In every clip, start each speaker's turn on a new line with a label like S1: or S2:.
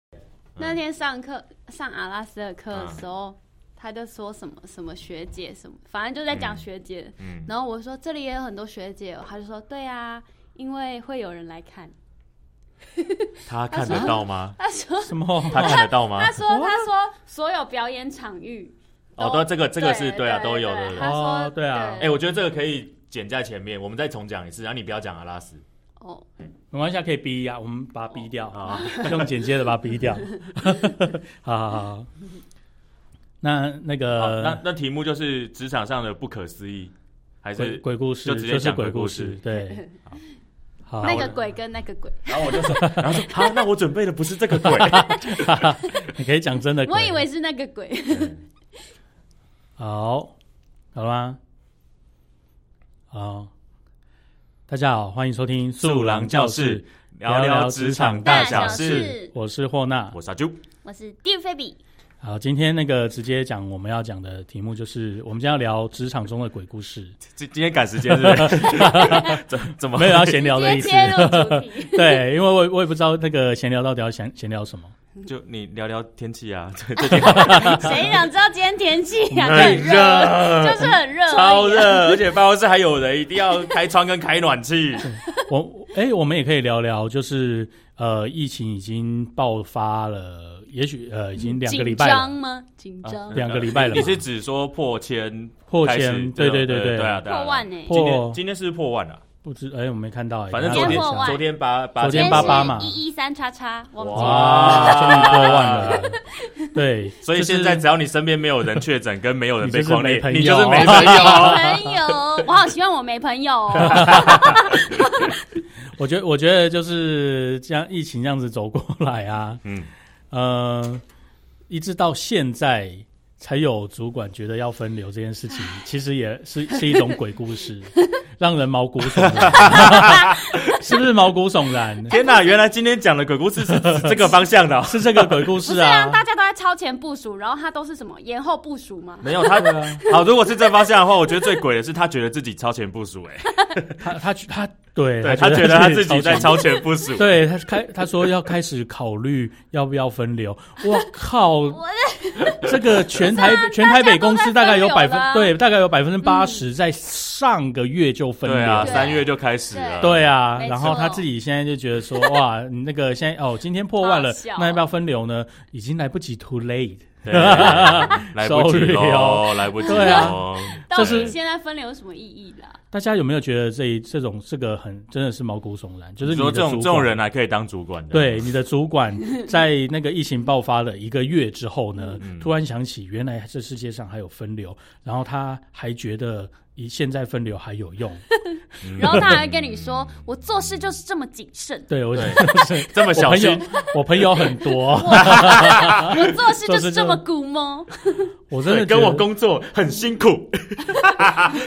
S1: 嗯
S2: 那天上课上阿拉斯的课的时候，他就说什么什么学姐什么，反正就在讲学姐。
S1: 嗯，
S2: 然后我说这里也有很多学姐哦，他就说对啊，因为会有人来 看。
S1: 他看得到吗？
S2: 他说
S3: 什么？
S1: 他看得到吗
S2: 他？说他说所有表演场域
S1: 哦，对，这个这个是
S2: 对
S1: 对啊，都有对不对
S2: 他说
S3: 哦对啊
S1: 哎，我觉得这个可以剪在前面，我们再重讲一次，啊然后你不要讲阿拉斯。
S2: 哦，
S3: 没关系啊，可以逼啊，我们把它逼掉
S1: 哦
S3: 啊，用剪接的把它逼 掉。好好好好，那那
S1: 好
S3: 个
S1: 那那题目就是职场上的不可思议，还
S3: 鬼
S1: 是
S3: 鬼故事
S1: 就直接
S3: 是
S1: 讲
S3: 鬼
S1: 鬼
S3: 故
S1: 故
S3: 事
S1: 事，
S3: 对。好，
S2: 那个鬼跟那个鬼，
S1: 然后我就说，然后说好，那我准备的不是这个 鬼。
S3: 你可以讲真的鬼。
S2: 我以为是那个鬼。
S3: 好，好了吗？好，大家好，欢迎收听
S1: 素狼教室， 聊聊职场大小事。，
S3: 我是霍纳。
S1: 我是阿啾，
S2: 我是 d 菲比。
S3: 好，今天那个直接讲我们要讲的题目就是，我们今天要聊职场中的鬼故事，
S1: 今今天赶时间是不是？ 怎怎么
S3: 没有要闲
S2: 直
S3: 聊的意
S2: 接
S3: 思。
S2: 切入主题，
S3: 对，因为我我也不知道那个闲聊到底要闲闲聊什么。
S1: 就你聊聊天气啊，最
S2: 谁想知道今天天气啊？就
S1: 很
S2: 很热，
S1: 热，
S2: 就是很热，啊
S1: 超。
S2: 哎
S1: 热，而且办公室还有人一定要开窗跟开暖气。
S3: 我 哎、我们也可以聊聊，就是呃，疫情已经爆发了，也许呃，已经两个礼拜
S2: 紧
S3: 了
S2: 张，吗？紧张
S3: 啊，两个礼拜了嘛
S1: 你是指说破千
S3: 破
S1: 开始这
S3: 千，
S1: 种？
S3: 对对对
S1: 对
S3: 对
S1: 啊，对啊
S2: 破万呢？
S3: 破
S1: 今天今天是不是破万了，
S3: 不知哎、我没看到哎、
S1: 反正
S3: 大家
S1: 昨
S2: 今
S1: 天
S2: 天破万
S1: 昨天八八
S3: 昨天
S1: 千
S3: 八八嘛
S2: 一一三叉叉，忘记了。
S3: 哇，终于
S1: 哇，
S3: 破 万了，对，
S1: 所以
S3: 就是
S1: 现在只要你身边没有人确 诊，跟没有人被框列
S3: 你就是没朋，友
S1: 你就是没朋 友。
S2: 没朋友， 我好希望我没朋友哦。
S3: 啊我觉得我觉得就是这样疫情这样子走过来啊，
S1: 嗯，
S3: 呃，一直到现在才有主管觉得要分流这件 事情，其实也是是一种鬼故事，让人毛骨悚然， 是不是毛骨悚然？
S1: 天哪，原来今天讲的鬼故事是指这个方向 的哦。
S3: 是这个鬼故
S2: 不
S3: 事
S2: 是啊，
S3: 啊，
S2: 大家都在超前部署，然后他都是什么延后部署吗？
S1: 没有他，好，如果是这方向的话，我觉得最鬼的是他觉得自己超前部署，哎，
S3: 他他他对
S1: 对他觉得他自己在超
S3: 超。
S1: 前部署，
S3: 对他开他说要开始考虑要不要分流，我靠！ 这个全台全台北公司大概有
S2: 啊大家都在分流
S3: 百分
S2: 了嗯
S3: 对，大概有百分之八十在上个月就分
S1: 对啊，
S3: 流。
S1: 三月就开始了，
S3: 对啊，
S2: 没错
S3: 然后他自己现在就 觉得说，哇，你那个现在哦，今天破万了
S2: 好笑，
S3: 那要不要分流呢？已经来不及，too late。
S1: 对，啊 来不及
S3: Sorry 哦
S1: 喽，来不及
S3: 对啊
S1: 喽。
S2: 到
S3: 就是
S2: 底现在分流有什么意义啦？
S3: 大家有没有觉得这一这种这个很真的是毛骨悚然？就是
S1: 你
S3: 你
S1: 说
S3: 的
S1: 这种
S3: 主
S1: 这种
S3: 管
S1: 人还可以当主管的，
S3: 对，你的 主管在那个疫情爆发了一个月之后呢，
S1: 嗯
S3: 突然想起原来这世界上还有分流，然后他还觉得以现在分流还有用。
S1: 嗯，
S2: 然后他还会跟你说，我做事就是这么谨慎，
S3: 对我
S1: 对
S3: 是
S1: 这么
S3: 我
S1: 小
S3: 朋友
S1: 心，，
S3: 我朋友很多，啊
S2: 我做事就是这么古摸。
S3: 我真
S1: 对，
S3: 的
S1: 跟我
S3: 公，
S1: 工作很辛苦，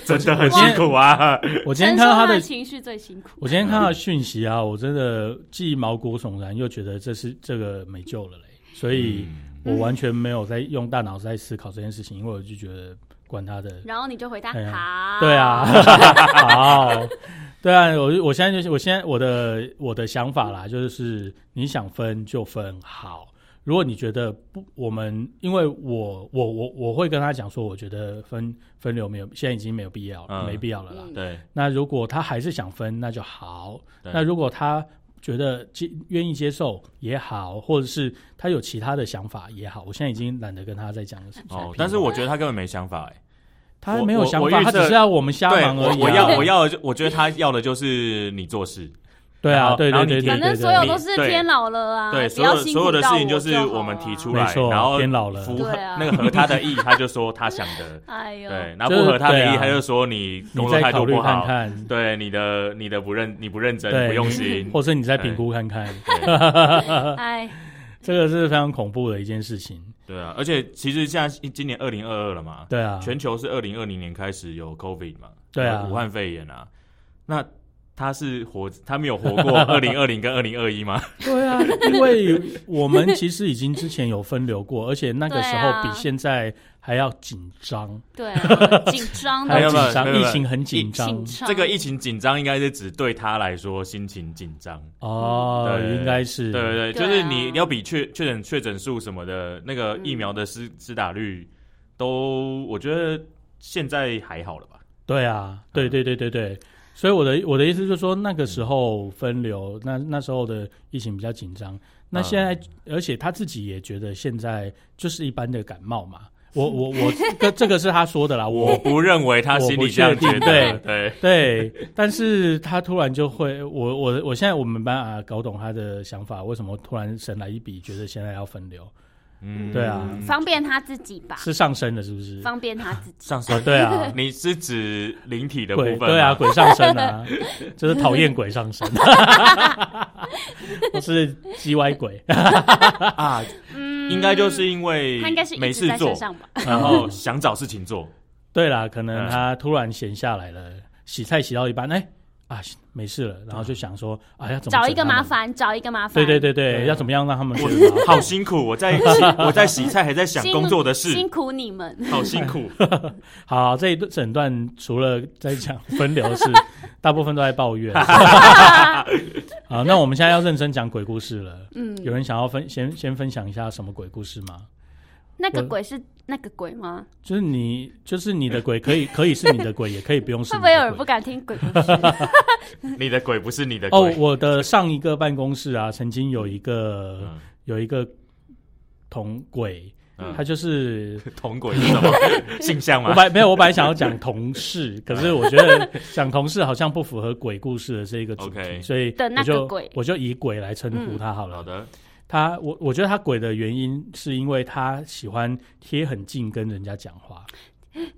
S1: 真的很辛苦啊。
S3: 我今
S2: 陈说
S3: 天看到他
S2: 的
S3: 的。
S2: 情绪最辛苦。
S3: 我今天看到的讯息啊，我真的既毛骨悚然，又觉得这是这个没救了嘞，所以我完全没有在用大脑在思考这件事情，因为我就觉得管 他的，
S2: 然后你就回答
S3: 哎
S2: 好。
S3: 对啊，好，对啊，我就我现在就是我现在我的我的想法啦，就是你想分就分好。如果你觉得不，我们因为我我我我会跟他讲说，我觉得分分流没有，现在已经没有必要，
S1: 嗯
S3: 没必要了啦。
S2: 嗯
S1: 对，
S3: 那如果他还是想分，那就好。
S1: 对
S3: 那如果他觉得接愿意接受也好，或者是他有其他的想法也好，我现在已经懒得跟他再讲什么
S1: 哦
S3: 屁，
S1: 但是
S3: 话
S1: 我觉得他根本没想法哎。
S3: 嗯他
S1: 我
S3: 没有
S1: 我
S3: 想
S1: 我
S3: 法，
S1: 预
S3: 他只
S1: 设
S3: 是要我们瞎
S1: 对
S3: 忙而已啊、
S1: 我我要我要的就，我觉得他要的就是你做事。
S3: 对
S1: 然
S3: 啊，
S1: 后
S3: 对
S1: 然
S3: 对
S1: 后你
S3: 对对，
S1: 提
S2: 反正
S3: 对
S2: 所
S3: 对
S2: 有都是
S1: 对
S2: 天老了啊，
S1: 对，
S2: 不
S1: 所
S2: 要
S1: 有
S2: 辛苦
S1: 所有的事情
S2: 到我
S1: 是
S2: 就好
S1: 我们提出来
S3: 没，错
S1: 然后
S3: 天老了
S1: 符合
S2: 对啊
S1: 那个合他的意，他就说他想 的，
S2: 啊。哎呦，
S1: 对，然后
S3: 就是
S1: 不合他的
S3: 对
S1: 意，
S3: 啊
S1: 他就说你工
S3: 你
S1: 作
S3: 再
S1: 态
S3: 考
S1: 度
S3: 虑
S1: 不
S3: 看
S1: 好，
S3: 看，
S1: 对你的你的不认你不认真
S3: 对
S1: 不用心，
S3: 或者你再评估看看，
S1: 对
S2: 哎，
S3: 这个是非常恐怖的一件事情。
S1: 对啊，而且其实现在今年二零二二了嘛，
S3: 对啊，
S1: 全球是二零二零年开始有 COVID 嘛，
S3: 对啊
S1: 武汉肺炎啊，那他是活他没有活过二零二零跟二零 二一吗？
S3: 对啊，因为我们其实已经之前有分流过，而且那个时候
S2: 对啊
S3: 比现在还要紧张，
S2: 对啊，紧张
S3: 还
S1: 没
S3: 要
S1: 有
S2: 的
S1: 没有
S3: 紧张，
S1: 没有
S3: 疫情很紧张
S2: 紧张。
S1: 这个疫情紧张应该是指对他来说心情紧张。
S3: 哦，
S1: 对
S3: 应该是
S1: 对对对，
S2: 对啊嗯
S1: 就是你你要比确确诊确诊数什么的，那个疫苗的施施打率都，我觉得现在还好了吧？
S3: 对啊，对对对对对。所以我的我的意思就是说，那个时候分流，那那时候的疫情比较紧张。那现在，而且他自己也觉得现在就是一般的感冒嘛。我我我，这个这个是他说的啦。
S1: 我
S3: 我
S1: 不认为他心里这样觉
S3: 我
S1: 得。
S3: 不确定
S1: 对，
S3: 对，但是他突然就会，我我我现在我们班啊搞懂他的想法，为什么突然神来一笔，觉得现在要分流
S1: 嗯
S3: 对啊
S2: 方便他自己吧，
S3: 是上升了，是不是？
S2: 方便他自己。
S1: 上
S3: 啊，
S1: 升，
S3: 对啊，
S1: 你是指灵体的部
S3: 鬼
S1: 分吗？
S3: 对 啊，鬼上身啊，就是讨厌鬼上身，我是鸡歪鬼。
S1: 啊，
S2: 嗯，
S1: 应该就是因为
S2: 他应该是
S1: 没
S2: 一直
S1: 事
S2: 在
S1: 做
S2: 身，上吧？
S1: 然 后想找事情做，
S3: 对啦，可能
S1: 嗯
S3: 他突然闲下来了，洗菜洗到一半，哎、啊没事了，然后就想说，啊要怎么
S2: 找一
S3: 整
S2: 个
S3: 他们
S2: 麻？烦，找一个麻烦。
S3: 对对对
S1: 嗯
S3: 对，
S1: 对啊
S3: 要怎么样让他们觉
S1: 我
S3: 得麻
S1: 好辛苦，我 在洗我在洗菜，还在想
S2: 辛
S1: 工作的事
S2: 辛，苦你们。
S1: 好辛 苦。
S3: 好？好，这一段整段除了在讲分流的 事，大部分都在抱怨。好，那我们现在要认真讲鬼故事了。
S2: 嗯，
S3: 有人想要分先先分享一下什么鬼故事吗？
S2: 那个
S3: 我
S2: 鬼是那个鬼吗？
S3: 就是你，就是你的 鬼，可以可以是你的鬼，也可以不用是
S2: 会
S3: 你
S2: 不
S3: 的
S2: 会
S3: 鬼。
S2: 有人不敢听 鬼故事？
S1: 你的鬼不是你的
S3: 哦，
S1: 鬼，
S3: 我的上一个办公室啊，曾经有一个、
S1: 嗯
S3: 有一个同鬼，
S1: 嗯
S3: 他就是
S1: 同鬼是什么性向
S3: 我
S1: 吗？
S3: 本来没有，我本来想要讲 同事，可是我觉得讲同事好像不符合鬼故事的这一个主题
S1: OK 嗯
S3: 所以
S2: 的那
S3: 我
S2: 个
S3: 就
S2: 鬼
S3: 我就以鬼来称呼他好了。
S1: 好的，
S3: 他我我觉得他鬼的原因是因为他喜欢贴很近跟人家讲话，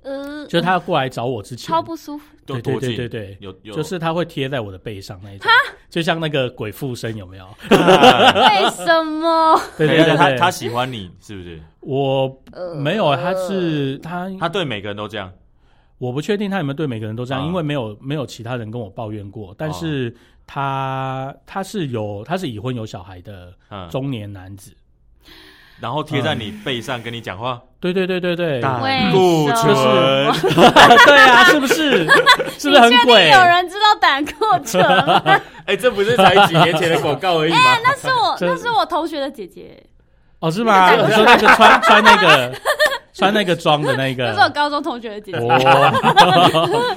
S2: 呃，
S3: 就是他要过来找我之前，
S2: 嗯超不舒服。
S1: 就
S3: 对
S1: 多
S3: 对
S1: 近
S3: 对对对。
S1: 有有
S3: 就是他会贴在我的背上那一种，就像那个鬼附身有 没有？
S1: 啊
S2: 为什么？
S3: 对
S1: 等
S3: 对
S1: 一下
S3: 对
S1: 他
S3: 对，
S1: 他喜欢你是不是？
S3: 我
S2: 呃
S3: 没有，他是他
S1: 他对每个人都这样，
S3: 我不确定他有没有对每个人都这样，
S1: 啊
S3: 因为没有没有其他人跟我抱怨过。但是
S2: 啊
S3: 他、他是有他是已婚有小孩的
S2: 啊
S1: 嗯，
S3: 中年男子，
S1: 然后贴在你
S3: 嗯
S1: 背上跟你讲话，
S3: 对对对对对，
S1: 胆
S2: 为
S1: 固
S2: 什
S1: 醇
S2: 么，
S3: 对啊，是 不是？是不是很
S2: 你确定
S3: 鬼？
S2: 有人知道胆固醇 吗？
S1: 哎，这不是才几年前的广告 而已吗？
S2: 哎那是我，
S3: 真
S2: 那是我同学的姐姐，
S3: 哦，是吗？你说那个穿穿那个穿那个装的那
S2: 那是我
S3: 个。
S2: 高中同学的姐姐。
S3: 哦，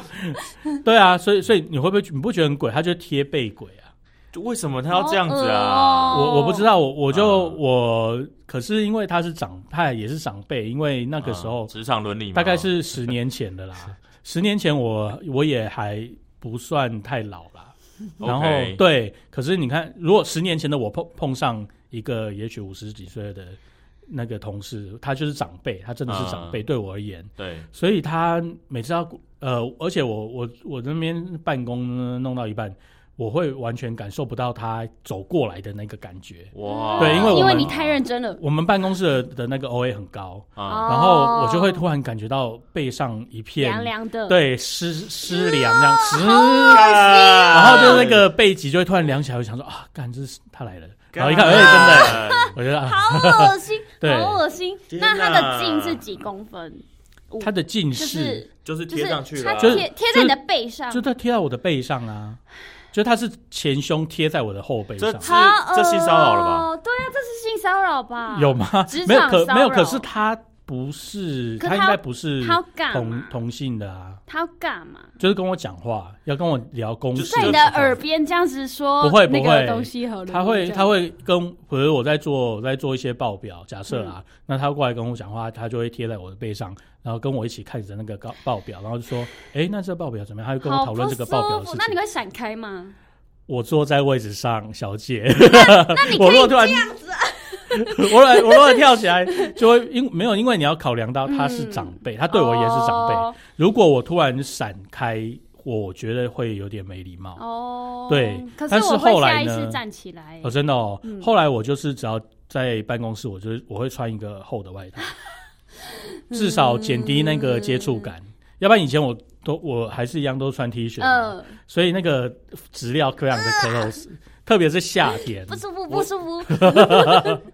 S3: 对啊，所以所以你会不会你不觉得很鬼？他就贴背鬼啊，
S1: 就为什么他要这样子啊？
S2: 好恶哦
S3: 我我不知道，我我就、
S1: 嗯
S3: 我，可是因为他是长派，也是长辈，因为那个时候
S1: 嗯职场伦理嘛
S3: 大概是十年前的啦。 十年前我我也还不算太老啦。然后
S1: OK
S3: 对，可是你看，如果十年前的我碰碰上一个也许五十几岁的那个同事，他就是长辈，他真的是
S1: 嗯
S3: 长辈，对我而言，
S1: 对，
S3: 所以他每次要呃，而且我我我那边办公呢弄到一半，我会完全感受不到他走过来的那个感觉。
S1: 哇，
S3: 对因为我
S2: 因为
S3: 们
S2: 你太认真了。
S3: 我们办公室的的那个 O A 很高，
S1: 啊，
S2: 哦
S3: 然后我就会突然感觉到背上一片
S2: 凉凉的，，
S3: 对，湿湿凉这样湿，啊然
S2: 啊
S1: 然
S3: 后就那个背脊就会突然凉起来，我想说啊，干，这是他来了，然后一看，哎、真的，
S1: 哎，
S3: 我觉得啊，
S2: 好恶心
S3: ，对
S2: 好恶心。
S1: 天哪
S2: 那它的径是几公分？五
S3: 他的近
S2: 就
S3: 视
S2: 是啊
S1: 就是
S2: 就
S1: 贴
S2: 是
S1: 上去了
S2: 它
S1: 啊，
S3: 就是
S2: 贴贴在你的背上，
S3: 就他贴到我的背上啊，就他是前胸贴在我的后背上
S1: 这，
S2: 好恶哦
S1: 这性骚扰了吧？
S2: 对啊，这是性骚扰吧？
S3: 有吗
S2: 啊职？
S3: 没有，
S2: 场
S3: 可
S2: 骚
S3: 没有，
S2: 扰
S3: 可是他不是，
S2: 可
S3: 他应
S2: 他
S3: 该不是
S2: 他要干
S3: 同
S2: 嘛？
S3: 同性的啊，
S2: 他要干嘛？
S3: 就是跟我讲话，要跟我聊公
S1: 就
S3: 事
S1: 是
S2: 在你
S3: 的
S2: 的
S3: 时候
S2: 耳边这样子说，
S3: 不会
S2: 那
S3: 不会
S2: 个东西好了，
S3: 他会
S2: 这样
S3: 他会跟，比如我在做我在做一些报表，假设
S2: 嗯
S3: 啦，那他过来跟我讲话，他就会贴在我的背上，然后跟我一起看着那个报报表，然后就说，哎、那这报表怎么样？他就跟我
S2: 好
S3: 讨论这个报表的
S2: 不舒
S3: 事
S2: 服那你
S3: 情。
S2: 会闪开 吗？
S3: 我坐在位置上，小姐，
S2: 那 你
S3: 我
S2: 可
S3: 如果
S2: 以
S3: 突然
S2: 这样子，啊
S3: 我来我如果跳起来，就会因没有，因为你要考量到他是长辈，他对我也是长辈。
S2: 嗯哦
S3: 如果我突然闪开，我觉得会有点没礼貌。
S2: 哦，
S3: 对
S2: 可
S3: 但
S2: 是
S3: 是
S2: 我会
S3: 后来
S2: 下意
S3: 呢
S2: 识站起来
S3: 哦，，真的哦。
S2: 嗯
S3: 后来我就是只要在办公室，我就是我会穿一个厚的外套，至少减低那个接触感。要不然以前我都我还是一样都穿 T 恤嘛，
S2: 嗯，
S3: 所以那个质料非常的 close、特别是夏天，
S2: 不舒服，不舒服。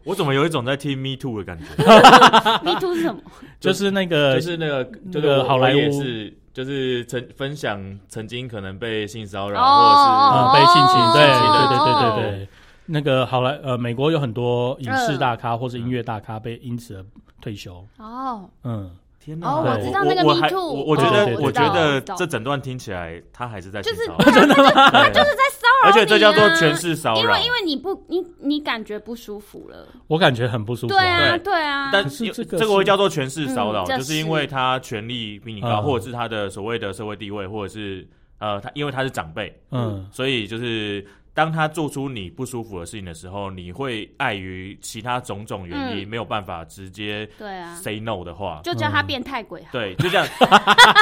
S1: 我怎么有一种在听 Me Too 的感 觉？
S2: Me too 是什么？
S3: 就是那个
S1: 就是那个，
S3: 那
S1: 就
S3: 个
S1: 是我
S3: 好莱
S1: 我
S3: 坞
S1: 也是，就是曾分享曾经可能被性骚扰，
S2: 哦
S1: 或
S3: 呃被性侵，对
S1: 哦
S3: 对对对对对。那个好莱呃，美国有很多影视大咖或者音乐大咖被因此而退休，
S2: 哦，
S3: 嗯，
S1: 者是天
S2: 哦
S3: 我
S1: 我
S2: 知道那个
S1: 我
S2: Me
S1: 还
S2: Too
S1: 我我觉
S3: 哦
S1: 得
S3: 我
S1: 我
S3: 知道
S2: 我
S1: 觉得
S2: 知道
S1: 这整段听起来他还是在
S2: 就是
S1: 性骚扰真的吗？就是
S2: 在骚 扰
S1: 而
S2: 你啊
S1: 且这叫做权势骚
S2: 因
S1: 扰
S2: 为。因为你不你你感觉不舒服了，
S3: 我感觉很不舒服。
S2: 对啊
S1: 对
S2: 对啊，
S1: 但
S3: 可是
S1: 有
S3: 这个
S1: 这个
S3: 是
S1: 会叫做权势骚扰
S2: 嗯，这
S1: 就是因
S2: 是
S1: 为他权力比你高，
S3: 嗯
S1: 或者是他的所谓的社会地位，或者是呃，他因为他是长辈，
S3: 嗯，
S1: 所以就是当他做出你不舒服的事情的时候，你会碍于其他种种原因、
S2: 嗯
S1: 没有办法直接
S2: 对啊，
S1: say no 的话，
S2: 就叫他变态鬼好。
S1: 对，就像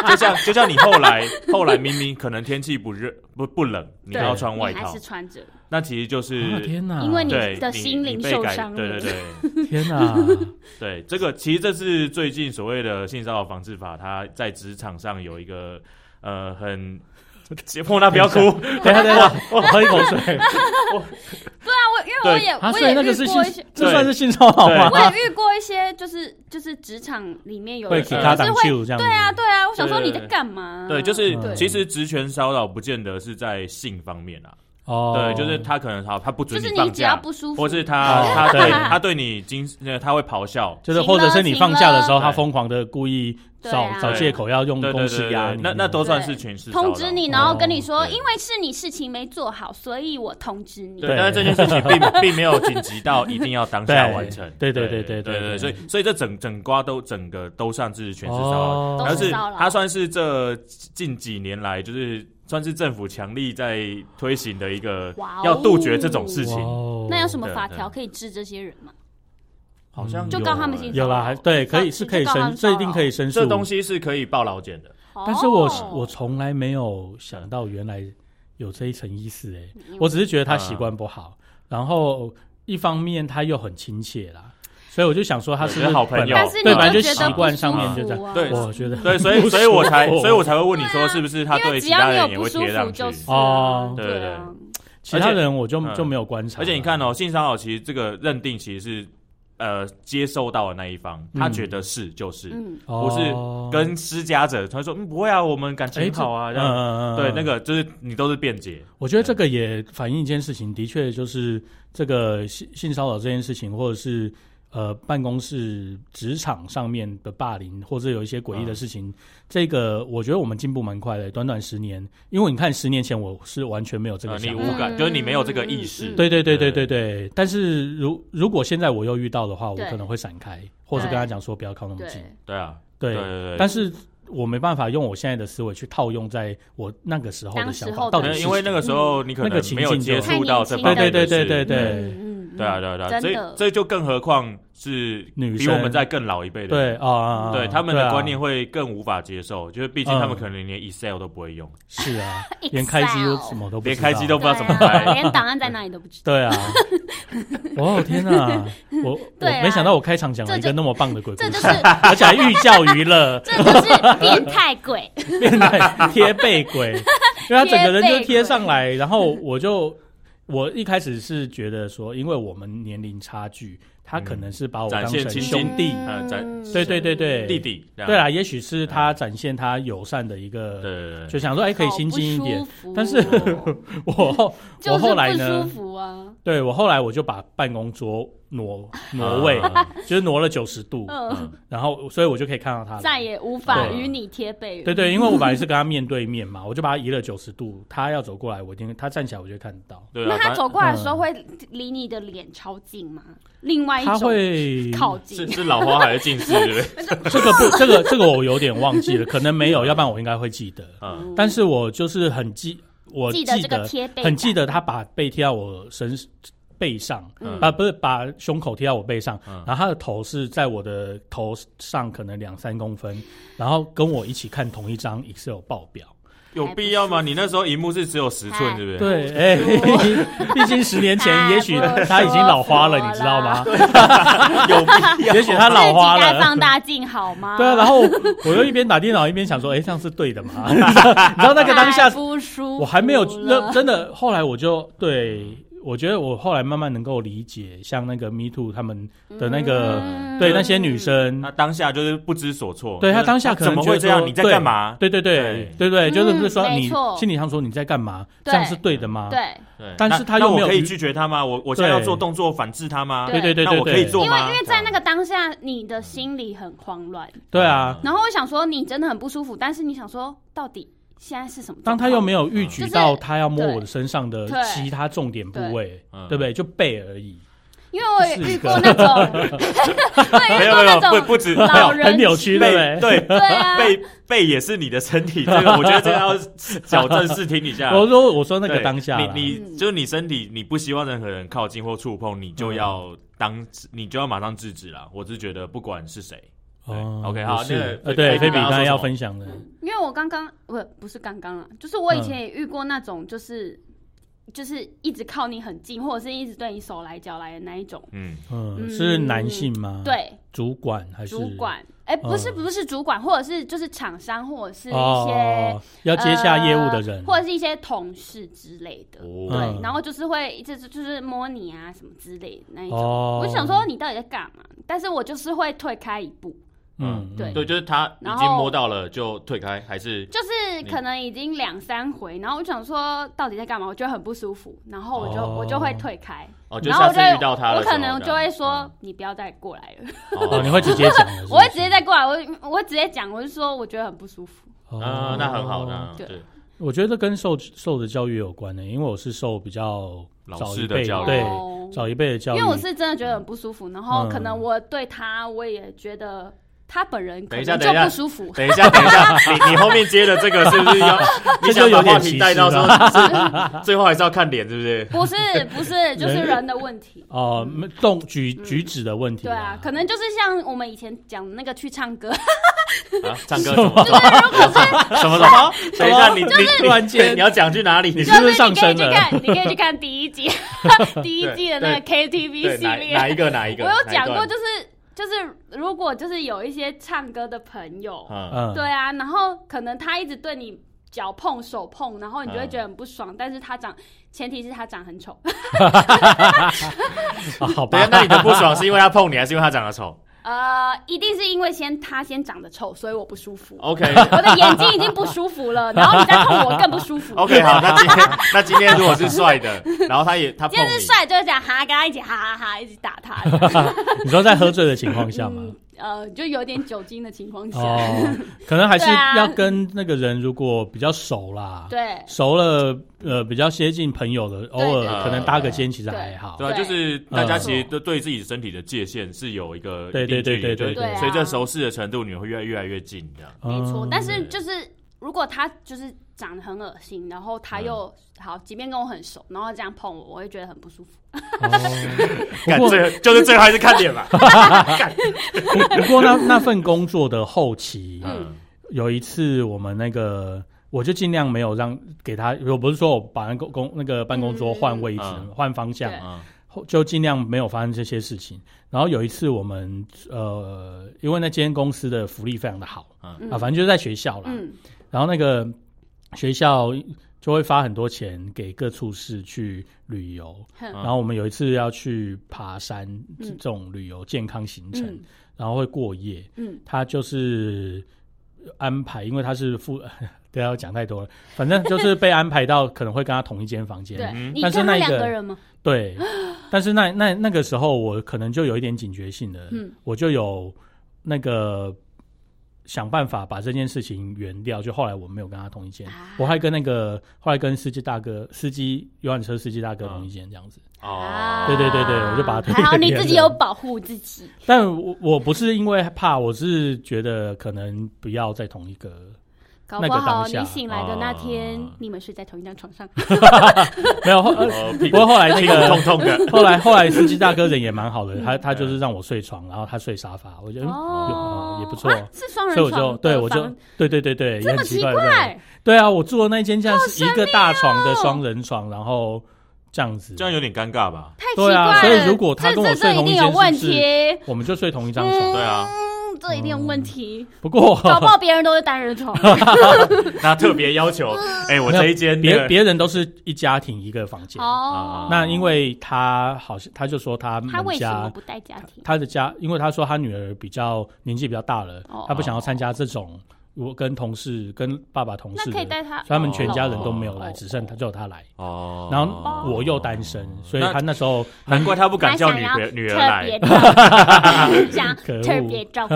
S1: 就像就像你后来后来明明可能天气不热不不冷，你
S2: 对
S1: 还要穿外
S2: 你还
S1: 套
S2: 是，穿着，
S1: 那其实就是。
S3: 啊天哪，
S2: 因为你
S1: 对
S2: 的
S1: 你
S2: 心
S1: 你
S2: 灵
S1: 被
S2: 受
S1: 改
S2: 伤
S1: 对
S2: 了
S1: 对对
S3: 天 哪，
S1: 对，这个其实这是最近所谓的性骚扰防治法，它在职场上有一个呃很，莫娜不要哭，
S3: 等一下等一下，我喝一口 水。
S2: 对啊，我因为我
S1: 对
S2: 也
S3: 啊，
S2: 我
S3: 所以
S2: 也
S3: 那个
S2: 遇
S3: 是
S2: 过一
S3: 性
S2: 些，，
S3: 这算是性骚扰
S1: 对
S3: 吗？
S2: 我 也遇过一些，就是就是职场里面有
S3: 会
S2: 人
S3: 给
S2: 就
S3: 他
S2: 是
S3: 挡
S2: 会，
S3: 球这样子。
S2: 对啊对啊，我想说
S1: 对
S2: 你在干嘛？
S1: 对，就是
S3: 嗯
S1: 其实职权骚扰不见得是在性方面啊，
S3: 哦，
S1: 对，就是他可能好，他不
S2: 就
S1: 准
S2: 是
S1: 放
S2: 你只要
S1: 假，
S2: 不舒服，
S1: 或是他
S3: 哦
S1: 他
S3: 对
S1: 对他对你经那他会咆哮，
S3: 就是，
S2: 停
S3: 或者
S2: 了
S3: 是你
S2: 停
S3: 放假的
S2: 了
S3: 时候，他
S1: 对
S3: 疯狂的故意
S2: 对
S3: 找
S2: 啊
S3: 找借口要用
S1: 对对
S3: 公
S1: 对
S3: 式
S1: 对
S3: 压
S1: 对
S3: 你，嗯
S1: 那那都算是
S2: 对
S1: 权势骚扰
S2: 通知你，然后跟你
S1: 哦
S2: 说，
S1: 对
S2: 因为是你事情没做好，所以我通知你。
S1: 对，但是这件事情 并并没有紧急到一定要当下完成。
S3: 对对
S1: 对
S3: 对对
S1: 对
S3: 对
S1: 所以所以这整整瓜都整个都算是全是骚
S3: 哦
S1: 扰，
S2: 都
S1: 而
S2: 是
S1: 是
S2: 骚扰
S1: 它算是这近几年来就是算是政府强力在推行的一个
S2: 哇哦
S1: 要杜绝这种事情。
S3: 哇哦
S2: 那有什么
S1: 对
S2: 法
S1: 对
S2: 条可以治这些人吗？
S1: 好像
S2: 就
S1: 有
S2: 告他们
S1: 欸
S2: 性骚扰
S3: 有啦，还对，可以
S2: 骚
S3: 是可以
S2: 就告他
S3: 申，
S2: 们
S3: 这一
S2: 骚
S3: 定
S2: 扰
S3: 可以申诉。
S1: 这东西是可以报劳检 的，
S3: 但是我
S2: 哦
S3: 我从来没有想到原来有这一层意思哎，
S2: 嗯
S3: 我只是觉得他习惯不好，然后一方面他又很亲切啦，所以我就想说他是不
S1: 对
S3: 是
S1: 好朋
S3: 本
S1: 友
S2: 但是你
S3: 对，
S1: 就
S3: 反正
S2: 觉
S3: 就
S2: 得
S3: 习惯
S2: 不
S3: 上面
S2: 舒
S3: 就这样。
S2: 服啊
S1: 对
S3: 我觉得
S1: 对，所以所以我才
S3: 不舒服
S1: 所以我才会问你说
S2: 对啊
S1: 是不是他
S2: 因为
S1: 对
S2: 只
S1: 其
S2: 要
S1: 他
S2: 你
S1: 人
S2: 有
S1: 也
S2: 不
S1: 会
S2: 舒
S1: 贴
S2: 服
S1: 上
S2: 就
S1: 去？
S2: 是
S3: 哦
S2: 啊，
S1: 对
S2: 对啊，
S3: 其他
S1: 而且
S3: 人我就
S1: 嗯
S3: 就没有观察，
S1: 而且你看哦，性骚扰其实这个认定其实是呃接受到的那一方，他
S3: 嗯
S1: 觉得是就是，
S2: 嗯，
S3: 哦，
S1: 不跟施加者，他说嗯不会啊，我们感
S3: 哎
S1: 情
S3: 这
S1: 好啊，
S3: 嗯
S1: 这样。
S3: 嗯嗯，
S1: 对，
S3: 嗯
S1: 那个就是你都是辩解，
S3: 我觉得这个也反映一件事情，的确就是这个性性骚扰这件事情，或者是呃办公室职场上面的霸凌，或者有一些诡异
S1: 嗯
S3: 的事情，这个我觉得我们进步蛮快的，短短十年。因为你看，十年前我是完全没有这
S1: 呃，
S3: 个
S1: 你
S3: 想
S1: 无
S3: 法。
S2: 嗯
S1: 感，就是你没有这个意识。
S2: 嗯
S3: 对对对对
S1: 对
S3: 对对，但是如如果现在我又遇到的话，我
S2: 对
S3: 可能会闪开，或者跟他讲说不要靠那么近。
S2: 对，
S1: 对啊，
S3: 对
S1: 对对
S3: 但是我没办法用我现在的思维去套用在我那个时候的
S2: 当
S3: 想
S2: 时
S3: 法，
S2: 候
S3: 到
S1: 可
S3: 底
S1: 能
S3: 是
S1: 因为那个时
S2: 嗯
S1: 候你可
S3: 那个
S1: 能
S3: 情
S1: 没有
S3: 境
S1: 接
S3: 就
S1: 触到这
S2: 太年轻
S1: 方
S2: 了
S1: 面的
S3: 对对对
S1: 事
S3: 对
S2: 嗯嗯，
S1: 对啊，对啊，对啊，
S2: 真
S1: 这
S2: 的
S1: 这就更何况是
S3: 女
S1: 比我
S3: 生
S1: 们在更老一辈的
S3: 对
S1: 人，
S3: 啊啊，啊
S1: 对他们
S3: 啊
S1: 的观念会更无法接受，就是毕竟他们
S3: 嗯
S1: 可能连 Excel 都不会用，
S3: 是 啊，
S2: Excel
S3: 连开机都什么都不知
S1: 连
S3: 道
S1: 开机都不知道怎么
S2: 对啊
S1: 开。
S2: 连档案在哪里都不知道。
S3: 对啊！哇哦天哪，我我
S2: 对啊
S3: 没想到我开场讲了一
S2: 这
S3: 个
S2: 就
S3: 那么棒的鬼故
S2: 这就
S3: 事，
S2: 是，
S3: 而且还寓教于乐
S2: 这就是变态鬼，
S3: 变态贴背鬼，因为他整个人就贴上来，然后我就我一开始是觉得说，因为我们年龄差距，他可能是把我当
S1: 嗯展现
S3: 成
S1: 亲
S3: 兄弟，
S1: 嗯呃在
S3: 对对对对
S1: 弟弟，这样
S3: 对，啦，啊也许是他展现他友善的一
S1: 嗯对
S3: 个，
S1: 对对
S3: 就
S1: 对，
S3: 想说哎可以亲近一点
S2: 好。不舒服哦，
S3: 但是我后
S2: 就
S3: 我
S2: 是
S3: 后来
S2: 不
S3: 呢
S2: 舒，服啊，
S3: 对我后来我就把办公桌挪挪位，
S1: 啊
S3: 就是挪了九十度，
S2: 嗯，
S1: 嗯
S3: 然后所以我就可以看到他了
S2: 再也无法
S3: 嗯对啊
S2: 与你贴背。
S3: 对对，因为我本来是跟他面对面嘛，我就把他移了九十度，他要走过来，我一定他站起来我就看得到，
S1: 对啊，
S2: 那他
S1: 反
S2: 走过来的时候会离你的脸超近吗？另外一
S3: 嗯他
S2: 种
S3: 会
S2: 靠
S1: 是
S2: 近，
S1: 是老花还是近视？对 不对
S3: 这个不这个这个我有点忘记了，可能 没有，要不然我应该会记得。
S1: 嗯，
S3: 但是我就是很记，我
S2: 哦记
S3: 记
S2: 得这个贴背，
S3: 很记，得他把背贴到我身背上，
S1: 嗯
S3: 把不是把胸口贴到我背上，
S1: 嗯
S3: 然后他的头是在我的头上可能两三公分，然后跟我一起看同一张 Excel 报表。
S1: 有必要吗？你那时候荧幕是只有十寸，
S2: 哎
S1: 对不对？
S3: 对，哎、毕竟十年
S2: 啊
S3: 前，也许他已经老花了，你知道吗？
S1: 有必要？
S3: 也许他老花
S2: 自己戴
S3: 了。
S2: 放大镜好吗？
S3: 对啊，然后我又一边打电脑一边想说，哎、这样是对的 吗？你知道那个当
S2: 太
S3: 下
S2: 不舒服了，
S3: 我还没有认真的，后来我就对我觉得我后来慢慢能够理解，像那个 Me Too 他们的那个、
S2: 嗯
S3: 对那些女生
S1: 他，当下就是不知所措，
S3: 对他
S1: 就是
S3: 当下可
S1: 怎
S3: 能
S1: 么会
S3: 觉
S1: 这
S3: 得
S1: 样？
S3: 说
S1: 你在干嘛？
S3: 对对对对对，就是不是说
S2: 嗯
S3: 你
S2: 没错
S3: 心理上说你在干嘛，这
S2: 对
S3: 样是对的吗？
S2: 对，
S1: 对
S3: 但是
S1: 那
S3: 他又
S1: 那
S3: 没有
S1: 我可以
S3: 遇
S1: 拒绝他吗？我我现在
S3: 对
S1: 要做动作反制他吗？
S2: 对
S3: 对对
S1: 那
S3: 对
S1: 我可以
S3: 对，
S1: 做
S2: 因为
S1: 吗？
S2: 因为在那个当下，你的心里很慌乱，
S3: 对啊。
S1: 嗯
S2: 然后我想说你真的很不舒服，但是你想说到底现在是什么状况？
S1: 嗯
S3: 当他又没有预
S2: 就
S3: 举
S2: 是
S3: 到他要摸
S2: 对
S3: 我的身上的
S2: 对
S3: 其他重点部位，
S1: 嗯
S3: 对不对？就背而已，
S2: 因为我也遇过那种，对，遇
S1: 没有
S2: 过
S1: 没有
S2: 那
S1: 不
S2: 种
S1: 不止
S2: 老哦人
S3: 很扭 曲，对不对
S1: 背？对
S2: 对啊，
S1: 背背也是你的身体，这个我觉得这个要矫正视听一下。
S3: 我说我说那个
S1: 啊对
S3: 当下啦，
S1: 你你
S2: 嗯
S1: 就是你身体，你不希望任何人靠近或触碰，你
S3: 嗯
S1: 就要当你就要马上制止啦。我是觉得不管是谁，对
S3: 哦
S1: OK，好
S3: 也是
S1: 那个
S3: 呃，
S1: 菲
S3: 对，
S2: 菲
S3: 菲
S2: 比
S3: 比
S1: 刚刚
S3: 刚刚
S1: 说
S3: 要
S1: 什么
S3: 分享的，
S2: 因为我刚刚不不是刚刚啦，就是我以
S3: 嗯
S2: 前也遇过那种，就是、就是一直靠你很近，或者是一直对你手来脚来的那一种。
S1: 嗯，
S3: 嗯，
S2: 嗯
S3: 是男性吗？，
S2: 对，
S3: 主管嗯还是
S2: 主？管，哎、不是
S3: 嗯
S2: 不是主管，或者是就是厂商，或者是一些、
S3: 哦，要接下业务的人
S2: 呃，或者是一些同事之类的。对，
S1: 哦，
S3: 嗯
S2: 然后就是会就是就是摸你啊什么之类的那一种。
S3: 哦
S2: 我就想说你到底在干嘛？但是我就是会退开一步，
S3: 嗯，
S2: 对
S4: 对，就是他已
S2: 然
S4: 经
S2: 后
S4: 摸到了就退开，还是
S2: 就是可能已经两三回，然后我想说到底在干嘛，我觉得很不舒服，然后我就、
S3: 哦
S2: 我就会退开，
S4: 哦，就
S2: 然后
S4: 下
S2: 我
S4: 次
S2: 就会
S4: 遇到他
S2: 我
S4: 的时候
S2: 可能就会说、
S4: 嗯
S2: 你不要再过来 了，
S3: 哦，你会直接讲的是不是，
S2: 我会直接再过来，我我会直接讲，我就说我觉得很不舒服，
S1: 呃
S4: 啊，那很好，那
S2: 对
S4: 对，
S3: 哦我觉得跟受受的教育有关的，因为我是受比较
S1: 老
S3: 早
S1: 师
S3: 一
S1: 的
S3: 辈
S1: 教育
S3: 对
S2: 哦
S3: 早一辈的教
S2: 因
S3: 育，
S2: 为我是真的觉得很不舒服，然后
S3: 嗯
S2: 可能我对他我也觉得他本人可
S4: 等一下
S2: 能
S4: 等
S2: 就
S4: 一下
S2: 不舒服，
S4: 等一 下，等一下，你你后面接的这个是不是 要你
S3: 这就
S4: 想
S3: 有
S4: 把
S3: 点
S4: 话
S3: 歧
S4: 题
S3: 视啊
S4: 带到说
S3: 了
S4: 是最后还是要看脸，是不是？
S2: 不是不是就是人的问题。
S3: 哦，没动举举止的问题
S2: 对
S3: 啦，
S2: 啊，可能就是像我们以前讲的那个去唱 歌，
S4: 啊，唱 歌什么
S2: 就是如果是
S4: 什么什么？等一下，你
S3: 就是
S4: 你
S3: 突然间
S4: 你你要讲去哪里？你
S3: 是
S2: 就
S3: 不
S2: 是
S3: 是上
S2: 你可以
S3: 升
S2: 去
S3: 了
S2: 看，你可以去看第 一集，第一季的那个 KTV
S4: 对
S2: 系
S4: 哪
S2: 列，
S4: 哪一个哪一
S2: 我
S4: 个？
S2: 有讲
S4: 哪
S2: 过，
S4: 一段
S2: 就是就是如果就是有一些唱歌的朋友，
S4: 嗯，
S3: 嗯，
S2: 对啊，然后可能他一直对你脚碰手碰，然后你就
S4: 嗯
S2: 会觉得很不爽，但是他长前提是他长很丑，
S3: 啊，好
S4: 等一下，，
S3: 吧
S4: 那你的不爽是因为他碰你，还是因为他长得丑
S2: 呃，一定是因为先他先长得丑，所以我不舒服。
S4: ？OK
S2: 我的眼睛已经不舒服 了，然后你再碰我更不舒服。
S4: OK，好，那今天那今天如果是帅的，然后他也他
S2: 今
S4: 碰
S2: 天是
S4: 你，
S2: 帅，就是讲哈，跟他一起哈哈哈，一起打他。
S3: 你说在喝醉的情况下吗？
S2: 嗯，呃，就有点酒精的情况下，
S3: 哦，可能还是
S2: 对啊
S3: 要跟那个人如果比较熟啦，
S2: 对
S3: 熟了呃比较接近朋友的，偶尔可能搭个肩其实
S2: 对
S3: 还好
S1: 对。啊，
S2: 对
S1: 就是大家
S3: 嗯
S1: 其实都对自己身体的界限是有一个
S3: 对
S1: 一定
S3: 对
S1: 距离
S3: 对对
S1: 就
S2: 对对
S1: 是随着熟识的程度，你会越来越来越近这样。
S2: 没错。
S3: 嗯
S2: 但是就是如果他就是长得很恶心，然后他又、好，即便跟我很熟，然后这样碰我，我会觉得很不舒服。
S3: 哦
S4: 感
S3: 不过
S4: 最后就是最后还是看脸吧。
S3: 不过那那份工作的后期，
S1: 嗯，
S3: 有一次我们那个。我就尽量没有让给他，我不是说我把那个工那个办公桌换位置、
S1: 嗯
S3: 换方向
S2: 对，
S1: 嗯
S3: 后就尽量没有发生这些事情。然后有一次我们呃，因为那间公司的福利非常的好、
S2: 嗯、
S3: 啊，反正就是在学校啦，
S2: 嗯，
S3: 然后那个学校就会发很多钱给各处室去旅游。
S2: 哼
S3: 然后我们有一次要去爬山，这
S2: 嗯
S3: 种旅游健康行程，
S2: 嗯
S3: 然后会过夜。
S2: 嗯，
S3: 他就是安排，因为他是副， 不要讲太多了，反正就是被安排到可能会跟他同一间房间。
S2: 对，
S1: 嗯
S2: 你
S3: 但
S2: 跟
S3: 是
S2: 他
S3: 那
S2: 两
S3: 个
S2: 个人吗？
S3: 对，但是那那那个时候我可能就有一点警觉性了，
S2: 嗯
S3: 我就有那个想办法把这件事情圆掉。就后来我没有跟他同一间，
S2: 啊
S3: 我还跟那个后来跟司机大哥、司机游览车司机大哥同一间这样子。
S2: 啊
S4: 哦，
S3: 对对对对我就把他推
S2: 还好
S3: 给别
S2: 你
S3: 人
S2: 自己有保护自己。
S3: 但我我不是因为怕，我是觉得可能不要在同一个。
S2: 搞
S3: 那
S2: 不
S3: 个
S2: 好
S3: 当下
S2: 你醒来的那天，
S1: 啊
S2: 你们睡在同一张床上。
S3: 没有后，呃
S4: 哦
S3: 不
S4: 屁股
S3: 过后来那
S4: 屁股
S3: 个
S4: 痛痛的，
S3: 后来后来司机大哥人也蛮好的，他他就是让我睡床，然后他睡沙发，我觉得嗯有
S2: 哦
S3: 哦，也不错。
S2: 啊是双人
S3: 所以我
S2: 床
S3: 就
S2: 的
S3: 对我就
S2: 房
S3: 对对对对，也
S2: 这
S3: 很
S2: 么
S3: 奇
S2: 奇
S3: 怪。对
S2: 怪，
S3: 对啊，我住的那一间这样是一个大床的双人床，然后这样子，
S1: 这样有点尴尬吧？
S2: 太奇
S3: 对
S2: 怪
S3: 啊
S2: 了。
S3: 所以如果他
S2: 这
S3: 跟我
S2: 这这
S3: 睡同
S2: 一
S3: 一
S2: 定
S3: 间
S2: 有问
S3: 是不是
S2: 题。
S3: 我们就睡同一张床。
S1: 对啊，
S2: 嗯，这一定有问题，
S3: 不过
S2: 搞不好别人都是单人 床。
S1: 那特别要求，哎，我这一间那
S3: 别
S1: 个
S3: 别人都是一家庭一个房间，
S2: 哦，
S3: 那因为他好像他就说他们
S2: 他为什么
S3: 家
S2: 不带家庭？
S3: 他的家，因为他说他女儿比较年纪比较大了，
S2: 哦
S3: 他不想要参加这种我跟同事跟爸爸同
S2: 那
S3: 事
S2: 可以
S3: 的，
S2: 带他，
S3: 所以他们全家人都没有来，
S2: 哦
S3: 只剩他只有他来。
S1: 哦
S3: 然后我又单身，所以
S1: 那
S3: 他那时候
S1: 难怪他不敢
S2: 他想要
S1: 叫女朋友女儿
S2: 特
S1: 来
S2: 别，照顾你 想
S3: 可恶
S2: 特别照顾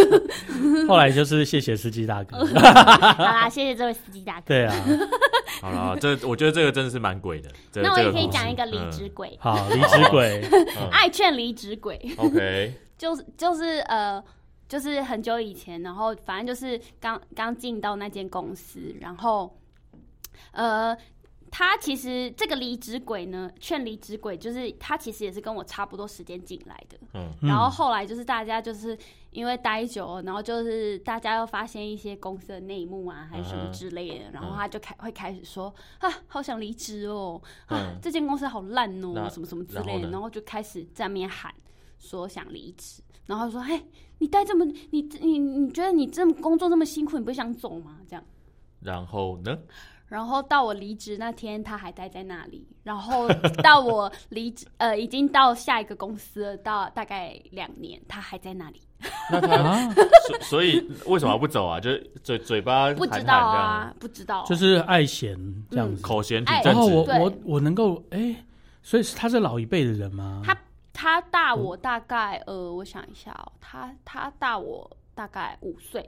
S2: 你。
S3: 后来就是谢谢司机大哥，
S2: 好啦，谢谢这位司机大哥。
S3: 对啊，
S1: 好了，这我觉得这个真的是蛮鬼的。这
S2: 那我也
S1: 这
S2: 可以
S1: 故事
S2: 讲一个离职鬼，
S3: 好离职鬼，
S1: 嗯
S2: 爱劝离职鬼，
S1: OK，
S2: 就是就是呃。就是很久以前，然后反正就是刚刚进到那间公司，然后，呃，他其实这个离职鬼呢，劝离职鬼，就是他其实也是跟我差不多时间进来的，
S1: 嗯，
S3: 嗯
S2: 然后后来就是大家就是因为待久了，然后就是大家又发现一些公司的内幕啊，还
S1: 嗯
S2: 是什么之类的，然后他就开会开始说啊，好想离职哦，啊
S1: 嗯，
S2: 这间公司好烂
S1: 那
S2: 哦，什么什么之
S1: 然后
S2: 类
S1: 呢
S2: 的，然后就开始在那边喊说想离职，然后他说，哎，你待这么你你你觉得你这么工作这么辛苦，你不想走吗？这样。
S1: 然后呢？
S2: 然后到我离职那天，他还待在那里。然后到我离职，呃，已经到下一个公司了，到大概两年，他还在那里。
S4: 那他
S3: 啊，
S4: 所所以为什么不走啊？就是嘴嘴巴
S2: 不知
S4: 喊
S2: 道
S4: 喊这样
S2: 啊，不知道，
S3: 就是爱贤这样子。
S1: 口嫌体
S2: 哎
S1: 正
S3: 嗯然后
S1: 直，
S3: 哦我
S2: 对
S3: 我我能够哎，所以是他是老一辈的人吗？
S2: 他他大
S3: 嗯
S2: 我大概呃，我想一下哦，他他大我大概五岁，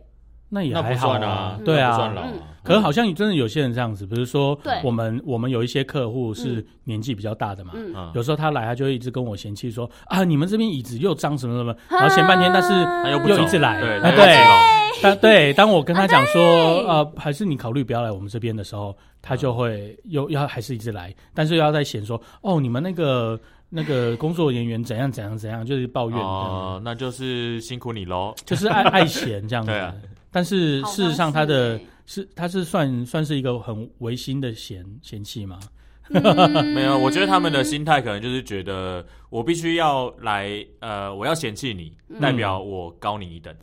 S3: 那也
S4: 那
S3: 还
S4: 不
S3: 好
S4: 算啊，那
S3: 对
S4: 不算
S3: 啊。
S4: 老啊
S2: 嗯。
S3: 可是好像真的有些人这样子，比如说
S2: 对
S3: 我们我们有一些客户是年纪比较大的嘛，
S2: 嗯，
S1: 嗯，
S3: 有时候他来，他就会一直跟我嫌弃说啊，你们这边椅子又脏什么什么，
S2: 啊
S3: 然后嫌半天。但 是
S1: 他又不
S3: 又
S1: 走
S3: 一直来
S1: 对，
S3: 哎
S1: 他又
S3: 对
S1: 不走
S3: 当对，当我跟他讲说
S2: 对
S3: 呃，还是你考虑不要来我们这边的时候，他就会又要还是一直来，但是又要在嫌说哦，你们那个那个工作人员怎样怎样怎样，就是抱怨这样，
S1: 哦，那就是辛苦你喽。
S3: 就是爱爱嫌这样子
S1: 对啊。
S3: 但是
S2: 好欸
S3: 事实上，
S2: 像
S3: 他的
S2: 是
S3: 是他是算算是一个很违心的嫌嫌弃嘛，
S2: 欸
S1: 没有，我觉得他们的心态可能就是觉得我必须要来，呃，我要嫌弃你，
S2: 嗯
S1: 代表我高你一等。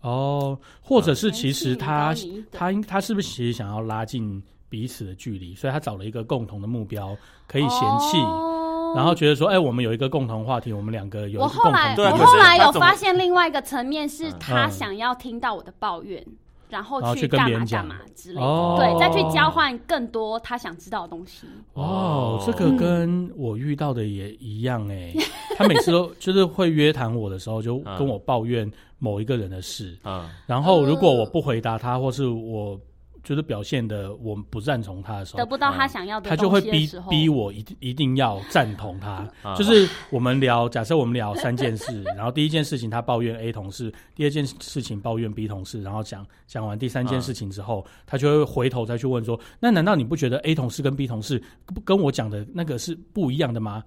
S3: 哦，或者是
S2: 嗯
S3: 其
S2: 嫌
S3: 实
S2: 弃你
S3: 他
S2: 高你一等
S3: 他应他是不是其实想要拉近彼此的距离，所以他找了一个共同的目标，可以嫌弃，
S2: 哦
S3: 然后觉得说，哎，我们有一个共同话题，我们两个有一
S2: 我
S3: 个共
S2: 后来
S3: 同
S1: 对啊
S2: 我
S1: 可
S3: 点
S1: 是
S2: 后来
S1: 他
S2: 有
S1: 怎么
S2: 发现另外一个层面是
S1: 嗯
S2: 他
S3: 嗯
S2: 想要听到我的抱怨，然后
S3: 然后去跟
S2: 干
S3: 别
S2: 嘛
S3: 人
S2: 干
S3: 讲
S2: 嘛之类的，
S3: 哦，
S2: 对，再去交。换更多他想知道的东西。
S3: 哦，这个跟我遇到的也一样哎、
S2: 嗯
S3: 他每次都 就是会约谈我的时候，就
S1: 嗯
S3: 跟我抱怨某一个人的事，
S1: 嗯，
S3: 然后如果我不回答他，或是我就是表现的我不赞同他的时候
S2: 得，不到他想要的
S3: 哦他就
S2: 东
S3: 会
S2: 西的
S3: 逼
S2: 时候
S3: 逼我一定一定要赞同他
S1: 啊。
S3: 就是我们聊，假设我们聊三 件事，然后第一件事情他抱怨 A 同事，第二件事情抱怨 B 同事，然后讲讲完第三件事情之后，
S1: 啊
S3: 他就会回头再去问说：那难道你不觉得 A 同事跟 B 同事不跟我讲的那个是不一样的吗？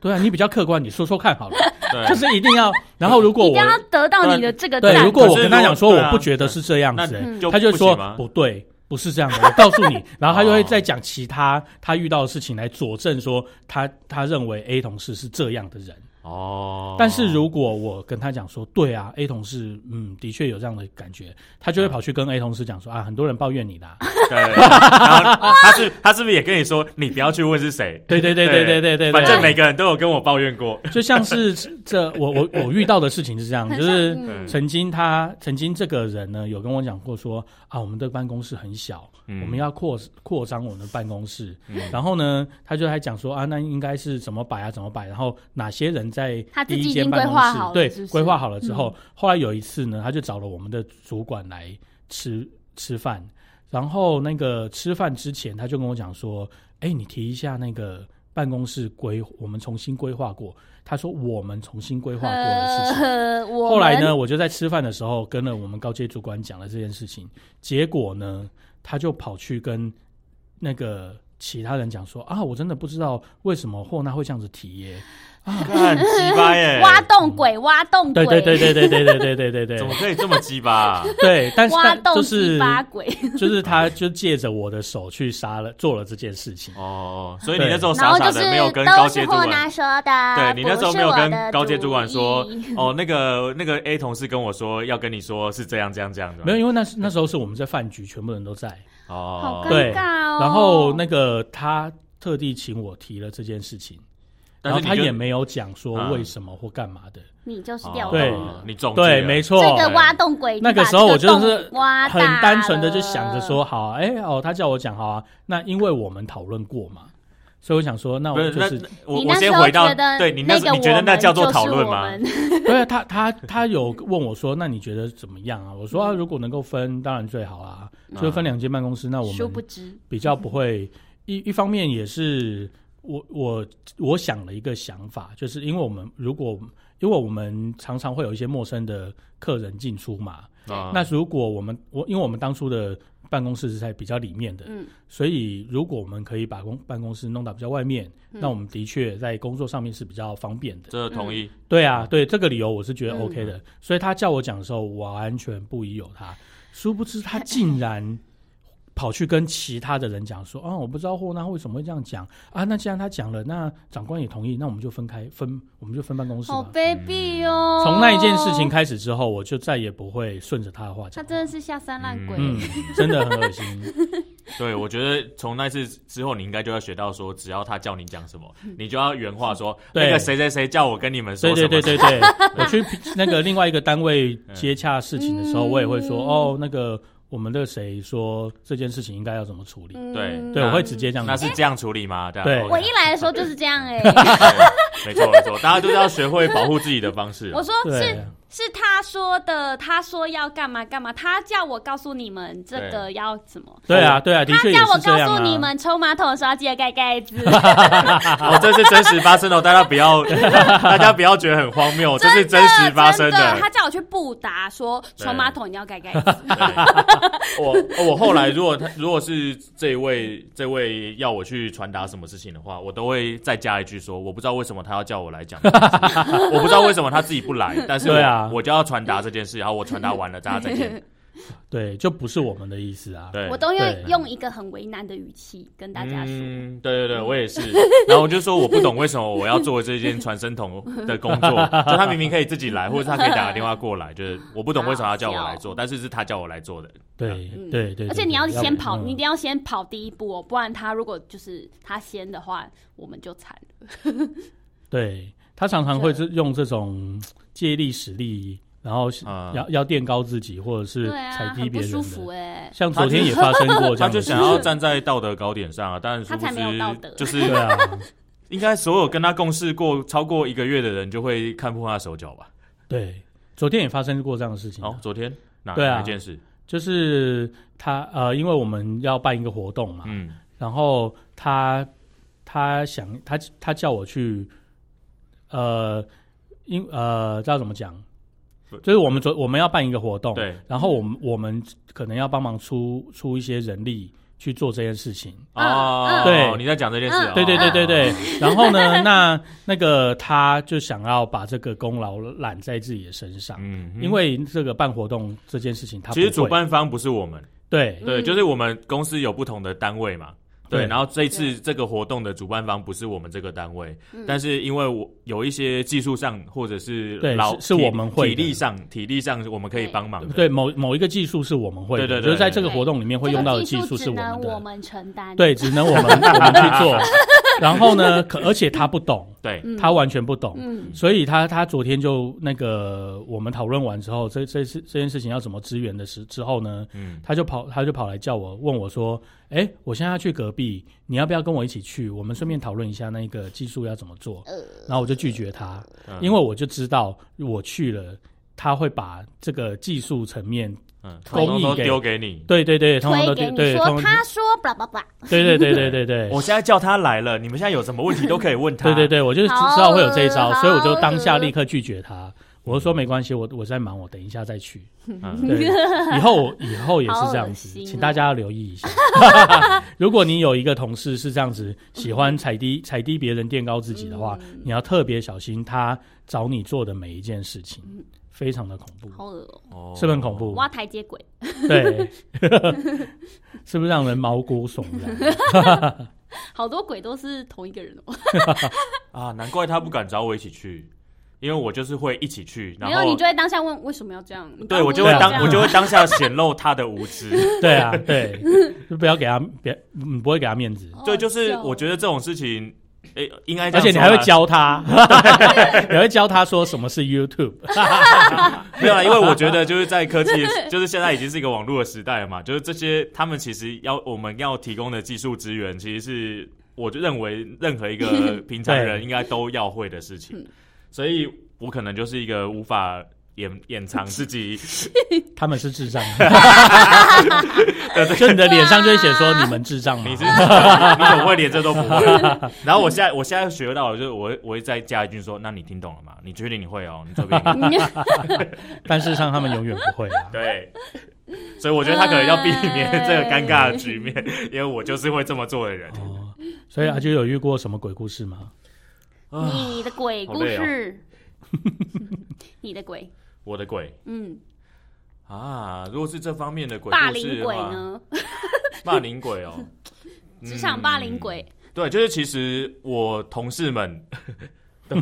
S3: 对啊，你比较客观，你说说看 好了。
S1: 对，
S3: 就是一定要，然后如果
S2: 一定
S3: 我
S2: 要得到你的这个
S3: 对，
S2: 赞
S3: 如果
S1: 可
S3: 我
S1: 是
S3: 跟他
S1: 如果
S3: 讲说
S1: 对啊
S3: 我不觉得是这样
S1: 那
S3: 子、欸
S1: 就
S3: 他就
S1: 不
S3: 说
S1: 行吗
S3: 不对，不是这样的。我告 诉你，然后他就会再讲其他他遇到的事情来佐证说他他认为 A 同事是这样的人。
S1: 哦，
S3: 但是如果我跟他讲说对啊，A 同事嗯的确有这样的感觉，他就会跑去跟 A 同事讲说啊，很多人抱怨你啦。
S1: 对，然后他是他是不是也跟你说，你不要去问是谁？
S3: 对对对对对对对，
S1: 反正
S3: 对
S1: 每个人都有跟我抱怨过。
S3: 就像是这我我我遇到的事情是 这样，
S2: 很
S3: 就
S2: 像
S3: 是。
S2: 嗯
S3: 曾经他曾经这个人呢，有跟我讲过说啊，我们的办公室很小，
S1: 嗯
S3: 我们要扩扩张我们的办公室。
S1: 嗯
S3: 然后呢，他就还讲说啊，那应该是怎么摆啊，怎么摆，然后哪些人在
S2: 他自
S3: 第
S2: 己
S3: 一
S2: 已
S3: 间
S2: 经
S3: 办
S2: 规
S3: 公
S2: 划
S3: 室
S2: 好了
S3: 对
S2: 是不是嗯
S3: 规划好了之后，后来有一次呢，他就找了我们的主管来吃吃饭，然后那个吃饭之前，他就跟我讲说，哎，你提一下那个。办公室规，我们重新规划过。他说我们重新规划过的事情，
S2: 呃，我
S3: 后来
S2: 们
S3: 呢，我就在吃饭的时候跟了我们高阶主管讲了这件事情，结果呢，他就跑去跟那个其他人讲说啊，我真的不知道为什么霍纳会这样子提耶。
S1: 很鸡巴 耶，
S2: 挖洞鬼，挖洞鬼，
S3: 嗯对对对对对对对对对对对
S1: 怎么可以这么鸡巴啊？
S3: 对，但是
S2: 挖
S3: 但
S2: 洞
S3: 就是
S2: 七八鬼，
S3: 就是他就借着我的手去杀了做了这件事情。
S1: 哦，所以你
S3: 对
S1: 那时候
S2: 然
S1: 傻
S2: 后
S1: 傻
S2: 就
S1: 的
S2: 是
S1: 没有跟高
S2: 都
S1: 阶
S2: 是
S1: 主
S2: 霍
S1: 管
S2: 纳说的，
S1: 对你那时候没有
S2: 不是我
S1: 跟
S2: 的
S1: 高阶主管说
S2: 主意
S1: 哦，那个那个 A 同事跟我说要跟你说是这样这样这样的，
S3: 没有，因为那时那时候是我们在饭局，全部人都在。
S2: 好
S1: 哦，
S2: 尴
S3: 对
S2: 尬哦。
S3: 然后那个他特地请我提了这件事情，
S1: 但
S3: 然
S1: 是
S3: 后
S1: 你
S3: 他
S1: 就
S3: 也没有讲说
S1: 嗯
S3: 为什么或干嘛的。
S2: 你就是
S1: 哦
S2: 掉
S3: 对
S2: 洞了
S1: 你中计
S3: 对，
S1: 了
S3: 没错，
S2: 这个挖洞鬼，
S3: 那
S2: 你把
S3: 个时候我
S2: 这个
S3: 就是
S2: 洞挖
S3: 很
S2: 大
S3: 单纯的就
S2: 了
S3: 想着说，好啊，哎、哦，他叫我讲好啊，那因为我们讨论过嘛，所以我想说，那我
S1: 不是
S3: 就
S1: 那
S3: 是
S1: 那我
S2: 你
S1: 我
S2: 那
S1: 先
S2: 时候
S1: 回到
S2: 觉得
S1: 对你那
S2: 那
S1: 时
S2: 个
S1: 候你觉得
S2: 我
S1: 那
S2: 们
S1: 叫做
S2: 就是
S1: 讨论
S2: 我
S1: 吗
S2: 们？
S3: 对啊，他他他有问我说，那你觉得怎么样啊？我说、啊、如果能够分，当然最好啦，就
S1: 嗯
S3: 分两间办公室，那我
S2: 殊不
S3: 们
S2: 知，
S3: 比较不会一一方面也是我我我想了一个想法，就是因为我们如果因为我们常常会有一些陌生的客人进出嘛，
S1: 啊
S3: 那如果我们我因为我们当初的办公室是在比较里面的，
S2: 嗯，
S3: 所以如果我们可以把公办公室弄到比较外面，
S2: 嗯
S3: 那我们的确在工作上面是比较方便的。
S1: 这个同意
S3: 对啊，对这个理由我是觉得
S2: 嗯
S3: OK 的。所以他叫我讲的时候，我完全不疑有他。殊不知他竟然跑去跟其他的人讲说：“啊，我不知道霍纳为什么会这样讲啊。那既然他讲了，那长官也同意，那我们就分开分，我们就分办公室
S2: 好
S3: 吧。
S2: 卑鄙哦。
S3: 嗯从那一件事情，开始之后，我就再也不会顺着他的话
S2: 他
S3: 讲话。
S2: 真的是下三滥鬼。
S3: 嗯，真的很恶心。
S1: 对，我觉得从那次之后，你应该就要学到说，只要他叫你讲什么，
S2: 嗯
S1: 你就要原话说，
S3: 对
S1: 那个谁谁谁叫我跟你们说
S3: 对
S1: 什
S3: 对
S1: 么，
S3: 对对对，我去那个另外一个单位接洽事情的时候，
S2: 嗯
S3: 我也会说哦，那个我们的谁说这件事情应该要怎么处理？
S2: 嗯
S1: 对
S3: 对，
S1: 那
S3: 我会直接这样
S1: 那
S3: 子。
S1: 是这样处理吗？这样
S3: 对
S1: OK
S2: 我一来的时候就是这 样哎、
S1: 对没错没错，大家都是要学会保护自己的方式啊。
S2: 我说
S3: 对
S2: 是是他说的，他说要干嘛干嘛，他叫我告诉你们这个要什么。
S3: 对啊，对啊，的
S2: 哦他
S3: 确也
S2: 叫我
S3: 是这样
S2: 告诉你
S3: 啊。
S2: 们冲马桶的时候要记得盖盖子，
S1: 哦，这是真实发生的哦，大家不要 大家不要觉得很荒谬，这是真实发生
S2: 真的。他叫我去布达说冲马桶一定要盖盖子，
S1: 对 我我后来如果他如果是这位这位要我去传达什么事情的话，我都会再加一句说，我不知道为什么他要叫我来讲这件事，我不知道为什么他自己不来，但是我
S3: 对啊
S1: 我就要传达这件事，然后我传达完了，大家再 见。
S3: 对，就不是我们的意思啊。
S1: 对，
S2: 我都
S3: 对
S2: 用用一个很为难的语气跟大家说。
S1: 嗯，对对对，我也是。然后我就说我不懂为什么我要做这件传声筒的工作，就他明明可以自己来，或者是他可以打个电话过来，就是我不懂为什么要叫我来 做，但是是他叫我来做的。
S3: 对
S2: 嗯
S3: 对对，
S2: 而且
S3: 对
S2: 你要先
S3: 不
S2: 跑，
S3: 嗯
S2: 你一定要先跑第一步哦，不然他如果就是他先的话，我们就惨了。
S3: 对他常常会是用这种借力使力，然后是
S1: 啊
S3: 要要垫高自己，或者是
S2: 嗯对
S3: 踩
S2: 啊，
S3: 低
S2: 很不
S3: 别人
S2: 舒服
S3: 的。
S2: 哎、
S3: 像昨天也发生过这
S1: 他
S3: 样
S1: 就
S3: 的事
S1: 想
S3: 情，
S1: 要站在道德高点上啊，但是
S2: 他才没有道德
S1: 就是
S3: 对啊，
S1: 应该所有跟他共事过超过一个月的人就会看破他手脚吧。
S3: 对，昨天也发生过这样的事情啊。
S1: 哦，昨天哪
S3: 对啊
S1: 哪一件事？
S3: 就是他呃，因为我们要办一个活动嘛，
S1: 嗯，
S3: 然后他他想他他叫我去，呃，因呃，知道怎么讲
S1: 不，
S3: 就是我们昨我们要办一个活动，，
S1: 对，
S3: 然后我们我们可能要帮忙出出一些人力去做这件事情，
S2: 嗯
S1: 哦，
S3: 对
S1: 你在讲这件事哦，
S3: 对对对对对，然后呢，那那个他就想要把这个功劳揽在自己的身上，
S1: 嗯，嗯
S3: 因为这个办活动这件事情他不
S1: 其
S3: 会，
S1: 实主办方不是我们。
S3: 对
S1: 对，
S2: 嗯
S1: 就是我们公司有不同的单位嘛。对，
S3: 对
S1: 然后这一次这个活动的主办方不是我们这个单位，
S2: 嗯
S1: 但是因为我有一些技术上或者是
S3: 对
S1: 劳
S3: 是是
S1: 体
S3: 我们会
S1: 体
S3: 的
S1: 力上体力上我们可以帮忙的。
S3: 对，某某一个技术是我们会的，
S1: 对对对
S3: 就是在这
S2: 这
S3: 个活动里面会用到的技
S2: 技
S3: 术是
S2: 只
S3: 我
S2: 能
S3: 们的，
S2: 我们承担。，
S3: 对，只能我们我们去 做。然后呢，可而且他不懂，
S1: 对，
S2: 嗯
S3: 他完全不懂，
S2: 嗯
S3: 所以他他昨天就那个我们讨论完之后，这这事这件事情要怎么支援的时之后呢，
S1: 嗯，
S3: 他就跑他就跑来叫我问我说，哎，我现在要去隔壁，你要不要跟我一起去？我们顺便讨论一下那个技术要怎么做。
S2: 呃
S3: 然后我就拒绝他，
S1: 嗯
S3: 因为我就知道我去了。他会把这个技术层面
S1: 嗯，
S3: 公
S1: 通
S3: 益
S1: 通都
S3: 给
S1: 丢给你。
S3: 对对对，通常都
S2: 推
S3: 对
S2: 给你
S3: 对，
S2: 说，
S3: 通常
S2: 他说，blah blah blah，
S3: 对对对对对对，
S1: 我现在叫他来了，你 们现在有什么问题都可以问他。
S3: 对对对，我就是知
S2: 好
S3: 知道会有这一招，
S2: 恶
S3: 所以我就当下立刻拒绝他。我就说没关系，我我在忙，我等一下再去。
S1: 嗯
S3: 对，以后以后也是这
S2: 好恶
S3: 样子，
S2: 心哦
S3: 请大家留意 一下。如果你有一个同事是这样子，喜欢踩
S2: 嗯
S3: 低踩低别人，垫高自己的话，你要特别小心他找你做的每一件事情，非常的恐怖，
S2: 嗯好恶哦、
S1: 哦
S3: 是不是很恐怖？
S2: 挖台阶鬼，
S3: 对，是不是让人毛骨悚 然？
S2: 好多鬼都是同一个人哦。
S1: 啊，难怪他不敢找我一起去，因为我就是会一起去，然
S2: 没有，你
S1: 后
S2: 就会当下问为什么要这样？你
S1: 对我就
S2: 刚
S1: 会
S2: 刚
S1: 当
S2: 不
S1: 我
S2: 是
S1: 就会当下显露他的无知。
S3: 对啊，对，就不要给他，别你不会给他面子，
S1: 对，就是我
S2: 得
S1: 觉得这种事情，诶，应该这
S3: 而
S1: 样
S3: 且你
S1: 说
S3: 还会
S1: 啦
S3: 教他， 你会教他说什么是 YouTube。
S1: 没有啦，因为我觉得就是在科技， 就是现在已经是一个网络的时代了嘛，就是这些他们其实要我们要提供的技术资源，其实是我就认为任何一个平常人应该都要会的事情，所以我可能就是一个无法。掩掩藏自己
S3: 他们是智 障，就你的脸上就会写说你们智障嘛
S1: 你。是 你怎么会连这都不会？然后我现在我现在学到了，就是我会我会再加一句说，那你听懂了吗？你确定你会哦？你这边
S3: 但事实上他们永远不会啊。
S1: 对，所以我觉得他可能要避免这个尴尬的局面，因为我就是会这么做的人。
S3: 哦，所以阿就有遇过什么鬼故事吗？
S2: 你的鬼
S1: 好
S2: 故
S1: 累哦
S2: 事， 你的鬼，
S1: 我的鬼
S2: 嗯，
S1: 啊！如果是这方面的鬼
S2: 霸
S1: 故
S2: 凌
S1: 事的
S2: 鬼
S1: 话，
S2: 呢？
S1: 霸凌鬼哦， 嗯
S2: 职场霸凌鬼，
S1: 对，就是其实我同事们 都。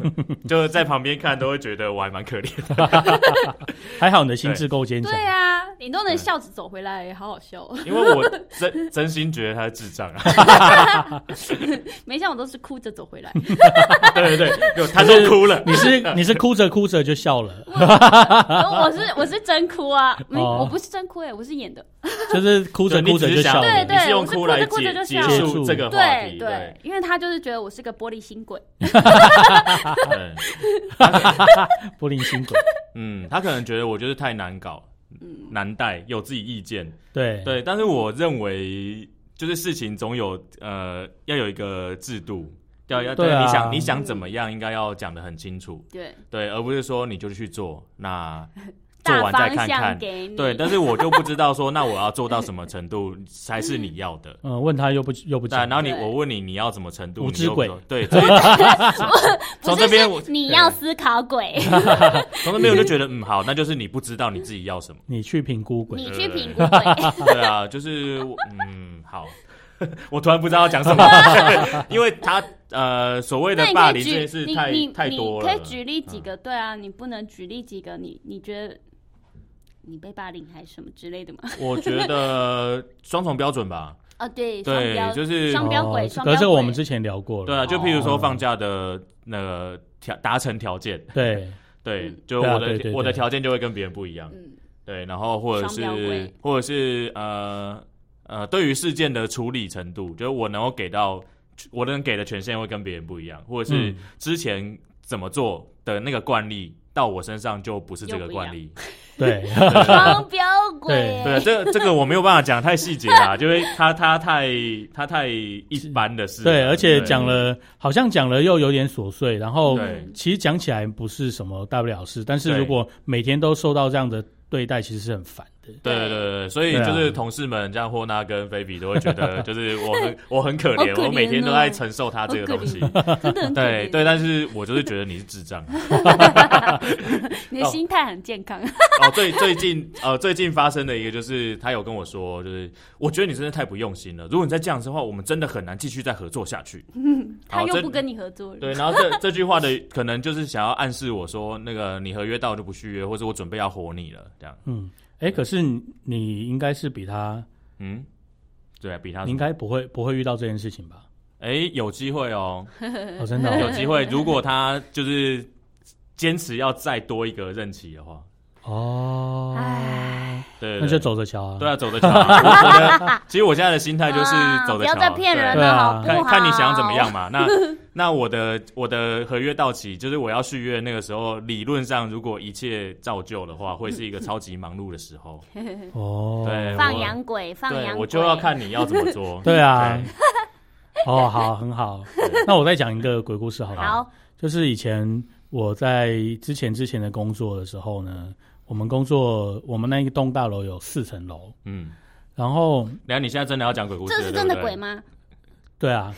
S1: 就是在旁边看，都会觉得我还蛮 可怜的。
S3: 还好你的心智够坚强
S2: 对，啊，你都能笑着走回来，好好笑哦。
S1: 因为我真真心觉得他是智障啊！
S2: 没想到我都是哭着走回 来，
S1: 对对对，就他都哭了。
S3: 你是你是哭着哭着就笑了，
S2: 然后我是我是真哭啊，没
S3: 哦
S2: 我不是真哭哎，我是演的。
S3: 就是哭着
S1: 对你
S3: 哭着就
S1: 只是
S3: 笑
S1: 想
S2: 对
S3: 了。
S2: 对
S1: 你是用
S2: 我是
S1: 哭
S2: 哭
S1: 来
S2: 着哭着
S1: 结
S2: 就
S1: 结
S2: 笑
S1: 束这个话
S2: 对
S1: 题。对，
S2: 因为他就是觉得我是个玻璃心鬼，
S1: 对
S3: 不灵心鬼，
S1: 嗯，他可能觉得我就是太难搞、
S2: 嗯
S1: 难带，有自己意见。
S3: 对
S1: 对，但是我认为就是事情总有呃要有一个制度，要要
S3: 对啊
S1: 你想你想怎么样，应该要讲的很清楚，
S2: 对，
S1: 对，而不是说你就去做， 那做
S2: 大
S1: 完再
S2: 方
S1: 看
S2: 向
S1: 看。
S2: 给你，
S1: 对，但是我就不知道说，那我要做到什么程度才是你要 的。
S3: 嗯，问他又不又不
S1: 对，
S3: 讲
S1: 然，后你
S2: 对
S1: 我问你你要什么程度，
S3: 无
S1: 你
S3: 知
S1: 就
S3: 鬼
S1: 说 对，所以从
S2: 不
S1: 这
S2: 是
S1: 边我
S2: 是你要思考鬼，
S1: 从这边我就觉得嗯好，那就是你不知道你自己要什么。
S3: 你去评估 鬼，
S2: 你去评估鬼，
S1: 对啊，就是我嗯，好， 我突然不知道要讲什么， 因为他呃所谓的
S2: 那你
S1: 霸
S2: 可以
S1: 凌这件事
S2: 举
S1: 太
S2: 你你
S1: 太
S2: 你
S1: 多
S2: 可
S1: 了嗯
S2: 以。举例几个，对啊，你不能举例几个，你你觉得你被霸凌还是什么之类的吗？
S1: 我觉得双重标准吧，
S2: 啊，对，双
S1: 对，
S2: 标
S1: 就是
S3: 哦
S2: 双标鬼双标
S3: 可是这个
S2: 鬼
S3: 我们之前聊过
S1: 对
S3: 了，
S1: 啊，就譬如说放假的那个条达成条件，
S3: 对
S1: 对
S2: 嗯，
S1: 就
S3: 对啊
S1: 我
S3: 对
S1: 的
S3: 对
S1: 我的
S3: 对
S1: 条件就会跟别人不一样，
S2: 嗯
S1: 对，然后或者
S2: 双标
S1: 是
S2: 鬼
S1: 或者是呃呃，对于事件的处理程度，就是我能够给到我能给的权限会跟别人不一样，或者是
S3: 嗯
S1: 之前怎么做的那个惯例。到我身上就不是这个惯 例，
S3: 对，
S2: 双标鬼，
S1: 对，这这个我没有办法讲太细节啦， 因为他他太他太一般的事了，
S3: 对，而且讲了，好像讲了又有点琐碎，然后
S1: 对
S3: 其实讲起来不是什么大不了事，但是
S1: 对
S3: 如果每天都受到这样的对待，其实是很烦的。
S1: 对对对对，所以
S3: 啊
S1: 就是同事们，像霍纳跟菲比都会觉 得，就是我很我很可
S2: 好
S1: 怜，
S2: 可怜哦
S1: 我每天都在承受他这个东西，
S2: 真的很可
S1: 对
S2: 怜，哦
S1: 对，但是我就是觉得你是 智障。
S2: 你的心态很健康，
S1: 哦，最最近呃，最近发生的一个就是，他有跟我说，就是我觉得你真的太不用心了。如果你再这样子的话，我们真的很难继续再合作 下去。
S2: 他
S1: 好
S2: 又
S1: 这
S2: 不跟你合作了，
S1: 对，然后这这句话的可能就是想要暗示我说，那个你合约到就不续约，或者我准备要火你了，这样。
S3: 嗯，哎，可是你你应该是比他，
S1: 嗯，对啊，比他
S3: 你应该不会不会遇到这件事情吧？
S1: 哎、有机会哦，
S2: 呃
S3: 哦，真的
S1: 有
S3: 哦
S1: 机会。如果他就是坚持要再多一个任期的话，
S3: 哦，
S1: 对对
S3: 那就走着瞧啊。
S1: 对啊，走着瞧 啊。我 觉得，其实我现在的心态就是
S2: 啊
S1: 走
S2: 不
S1: 着瞧啊，
S2: 要再骗人
S1: 对
S3: 对
S2: 了，
S3: 啊
S2: 好不
S1: 看
S2: 好？
S1: 看你想要怎么样嘛。那 那我的我的合约到期，就是我要续约那个时候，理论上如果一切照旧的话，会是一个超级忙碌的时 候。
S3: 哦，。
S1: 对，
S2: 放
S1: 我
S2: 羊鬼，放
S1: 对
S2: 羊，鬼，
S1: 我就要看你要怎么做
S3: 对啊，哦，好，很好。那我再讲一个鬼故事好了。
S2: 好，
S3: 就是以前我在之前之前的工作的时候呢，我们工作我们那一栋大楼有四层楼，
S1: 嗯，
S3: 然后
S1: 然后你现在真的要讲鬼故事
S2: 这
S1: 了？
S2: 是真的
S1: 对不对
S2: 鬼？吗？
S3: 对啊，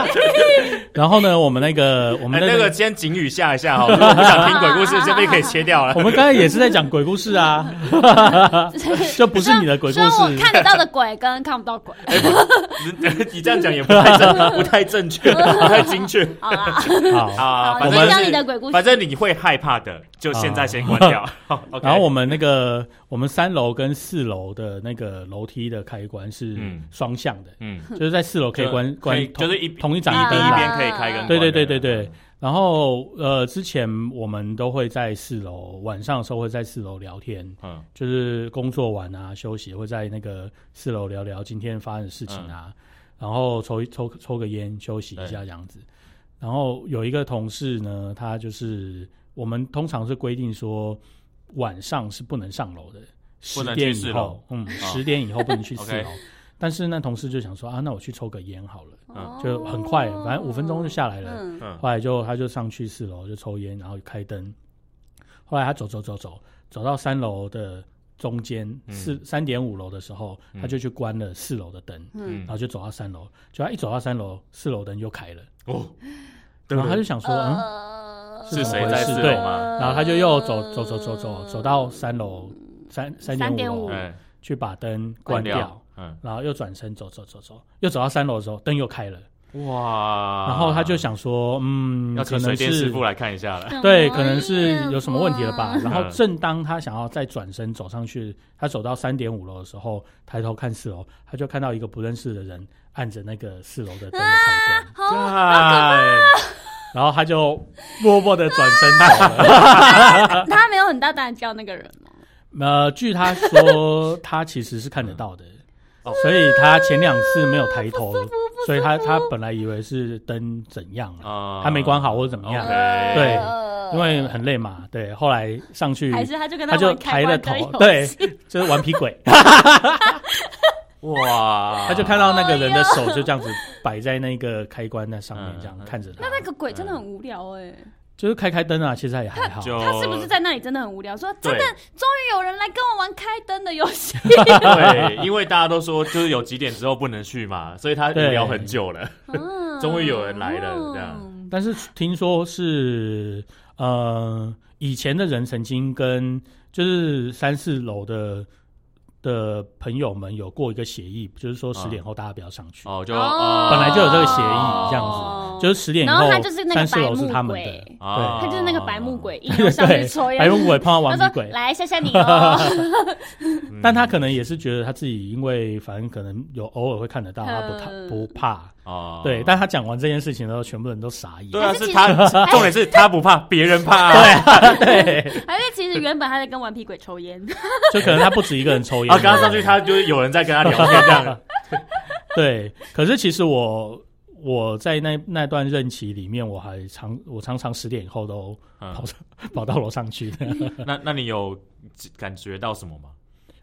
S3: 然后呢，我们那个我
S1: 哎，
S3: 们
S1: 那个先警语下一下哈，如 果不想听鬼故事，这边可以切掉了
S3: 我。们刚才也是在讲鬼故事 啊，就不是你的鬼故
S2: 虽然虽然我
S3: 事。
S2: 看得到的鬼跟看不到鬼，
S1: 你这样讲也不太 正，不太正确，不太精确
S2: 好啦，
S3: 好，
S1: 啊。
S2: 好
S1: 反
S2: 我
S1: 正
S2: 们讲
S1: 是
S2: 你的鬼故事
S1: 反正你会害怕的，就现在先关掉。OK
S3: 啊 然后我们那个我们三楼跟四楼的那个楼梯的开关是
S1: 嗯
S3: 双向的，
S1: 嗯，
S3: 就是在四楼可以关
S1: 就可以
S3: 关同，
S1: 就是一
S3: 同一盏
S1: 一
S3: 灯啊
S1: 边一边
S3: 啦。
S1: 可以开跟关的
S3: 对对对对对。
S1: 嗯
S3: 然后呃，之前我们都会在四楼，晚上的时候会在四楼聊天，
S1: 嗯
S3: 就是工作完啊休息，会在那个四楼聊聊今天发生的事情
S1: 嗯
S3: 啊，然后抽一抽抽个烟休息一下这样子。然后有一个同事呢，他就是我们通常是规定说晚上是不能上楼的，
S1: 不
S3: 十
S1: 能去
S3: 点
S1: 四
S3: 以
S1: 楼哦
S3: 后，嗯，十点以后不 能去四
S1: OK
S3: 楼。但是那同事就想说啊，那我去抽个烟好了。
S1: 嗯
S3: 就很快反正五分钟就下来了
S2: 哦嗯
S1: 嗯
S3: 后来就他就上去四楼就抽烟，然后开灯。后来他走走走走，走到三楼的中间
S1: 嗯
S3: 四三点五楼的时候，
S1: 嗯
S3: 他就去关了四楼的灯，
S2: 嗯
S3: 然后就走到三楼。就他一走到三楼，四楼灯就开了，
S1: 哦，对
S3: 然后他
S1: 对
S3: 就想说，嗯，
S2: 呃
S3: 是
S1: 谁
S3: 怎么
S1: 在
S3: 回事
S1: 四
S3: 对
S1: 楼吗？
S3: 然后他就又走走走走走走到三楼三三点
S2: 3.5
S3: 五楼
S1: 哎，
S3: 去把灯关掉，，
S1: 嗯，
S3: 然后又转身走走走走，又走到三楼的时候，灯又开了，
S1: 嗯哇，
S3: 然后他就想说，嗯
S1: 啊要，
S3: 可
S1: 请水
S3: 能
S1: 电师
S3: 是
S1: 傅来看一下了。
S3: 对，可能是有什么问题了吧。？然后
S1: 嗯
S3: 正当他想要再转身走上去，他走到三点五楼的时候，抬头看四楼，他就看到一个不认识的人按着那个四楼的灯的开关，
S2: 好
S1: 干
S3: 然后他就默默的转身 走了。
S2: 他没有很大胆地叫那个人啊吗？
S3: 呃，据他说，他其实是看得到的，
S1: 哦
S3: 所以他前两次没有抬头
S2: 不舒服不，
S3: 所以他他本来以为是灯怎样了，
S1: 啊
S3: 他没关好或者怎么样，啊
S1: OK 对
S2: 呃
S3: 因为很累嘛。对，后来上去
S2: 还是他就跟
S3: 他
S2: 他
S3: 就
S2: 玩
S3: 抬
S2: 开
S3: 了
S2: 关灯
S3: 头，
S2: 游
S3: 对
S2: 戏，
S3: 就是顽皮鬼。
S1: 哇，
S3: 他就看到那个人的手就这
S2: 哎
S3: 样子摆在那个开关那上面，这样
S1: 嗯嗯
S3: 看着他
S2: 那。那个鬼真的很无聊哎、
S3: 就是开开灯啊，其实也还好。
S1: 就
S2: 他是不是在那里真的很无聊？说真
S1: 对
S2: 的，终于有人来跟我玩开灯的游 戏，
S1: 对，因为大家都说就是有几点之后不能去嘛，所以他
S3: 对
S1: 聊很久了。
S2: 嗯
S1: 终于有人来了
S2: 哦
S1: 这样
S3: 但是听说是呃，以前的人曾经跟就是三四楼的的朋友们有过一个协议，就是说十点后大家不要上去，
S1: 嗯哦，就
S2: 哦
S3: 呃本来就有这个协议这样子
S2: 哦
S3: 就是十点以
S2: 然后
S3: 后
S2: 他就是那
S3: 三
S2: 个
S3: 四
S2: 白
S3: 楼
S2: 目
S3: 是他们的
S2: 鬼，，
S1: 啊
S2: 他就是那个白目，鬼，一路上去
S3: 对
S2: 抽，烟，
S3: 白目鬼碰到顽
S2: 他
S3: 皮
S2: 说
S3: 鬼，
S2: 来吓吓你 哦，
S1: 嗯
S3: 但他可能也是觉得他自己，因为反正可能有偶尔会看得到，他不怕
S2: 嗯
S3: 不怕。
S1: 哦
S3: 对，但他讲完这件事情之后，全部人都 傻眼。
S1: 对啊，
S2: 但是
S1: 是
S2: 其实
S1: 他 重点是他不怕，别人怕。啊对，
S2: 还是其实原本他在跟顽皮鬼抽烟，
S3: 就可能他不止一个人抽烟。
S1: 然后哦刚刚上去他就是有人在跟他聊天这 样。
S3: 对，可是其实我我在那那段任期里面，我还常我常常十点以后都
S1: 嗯
S3: 跑、 跑到楼上去，
S1: 那那你有感觉到什么吗？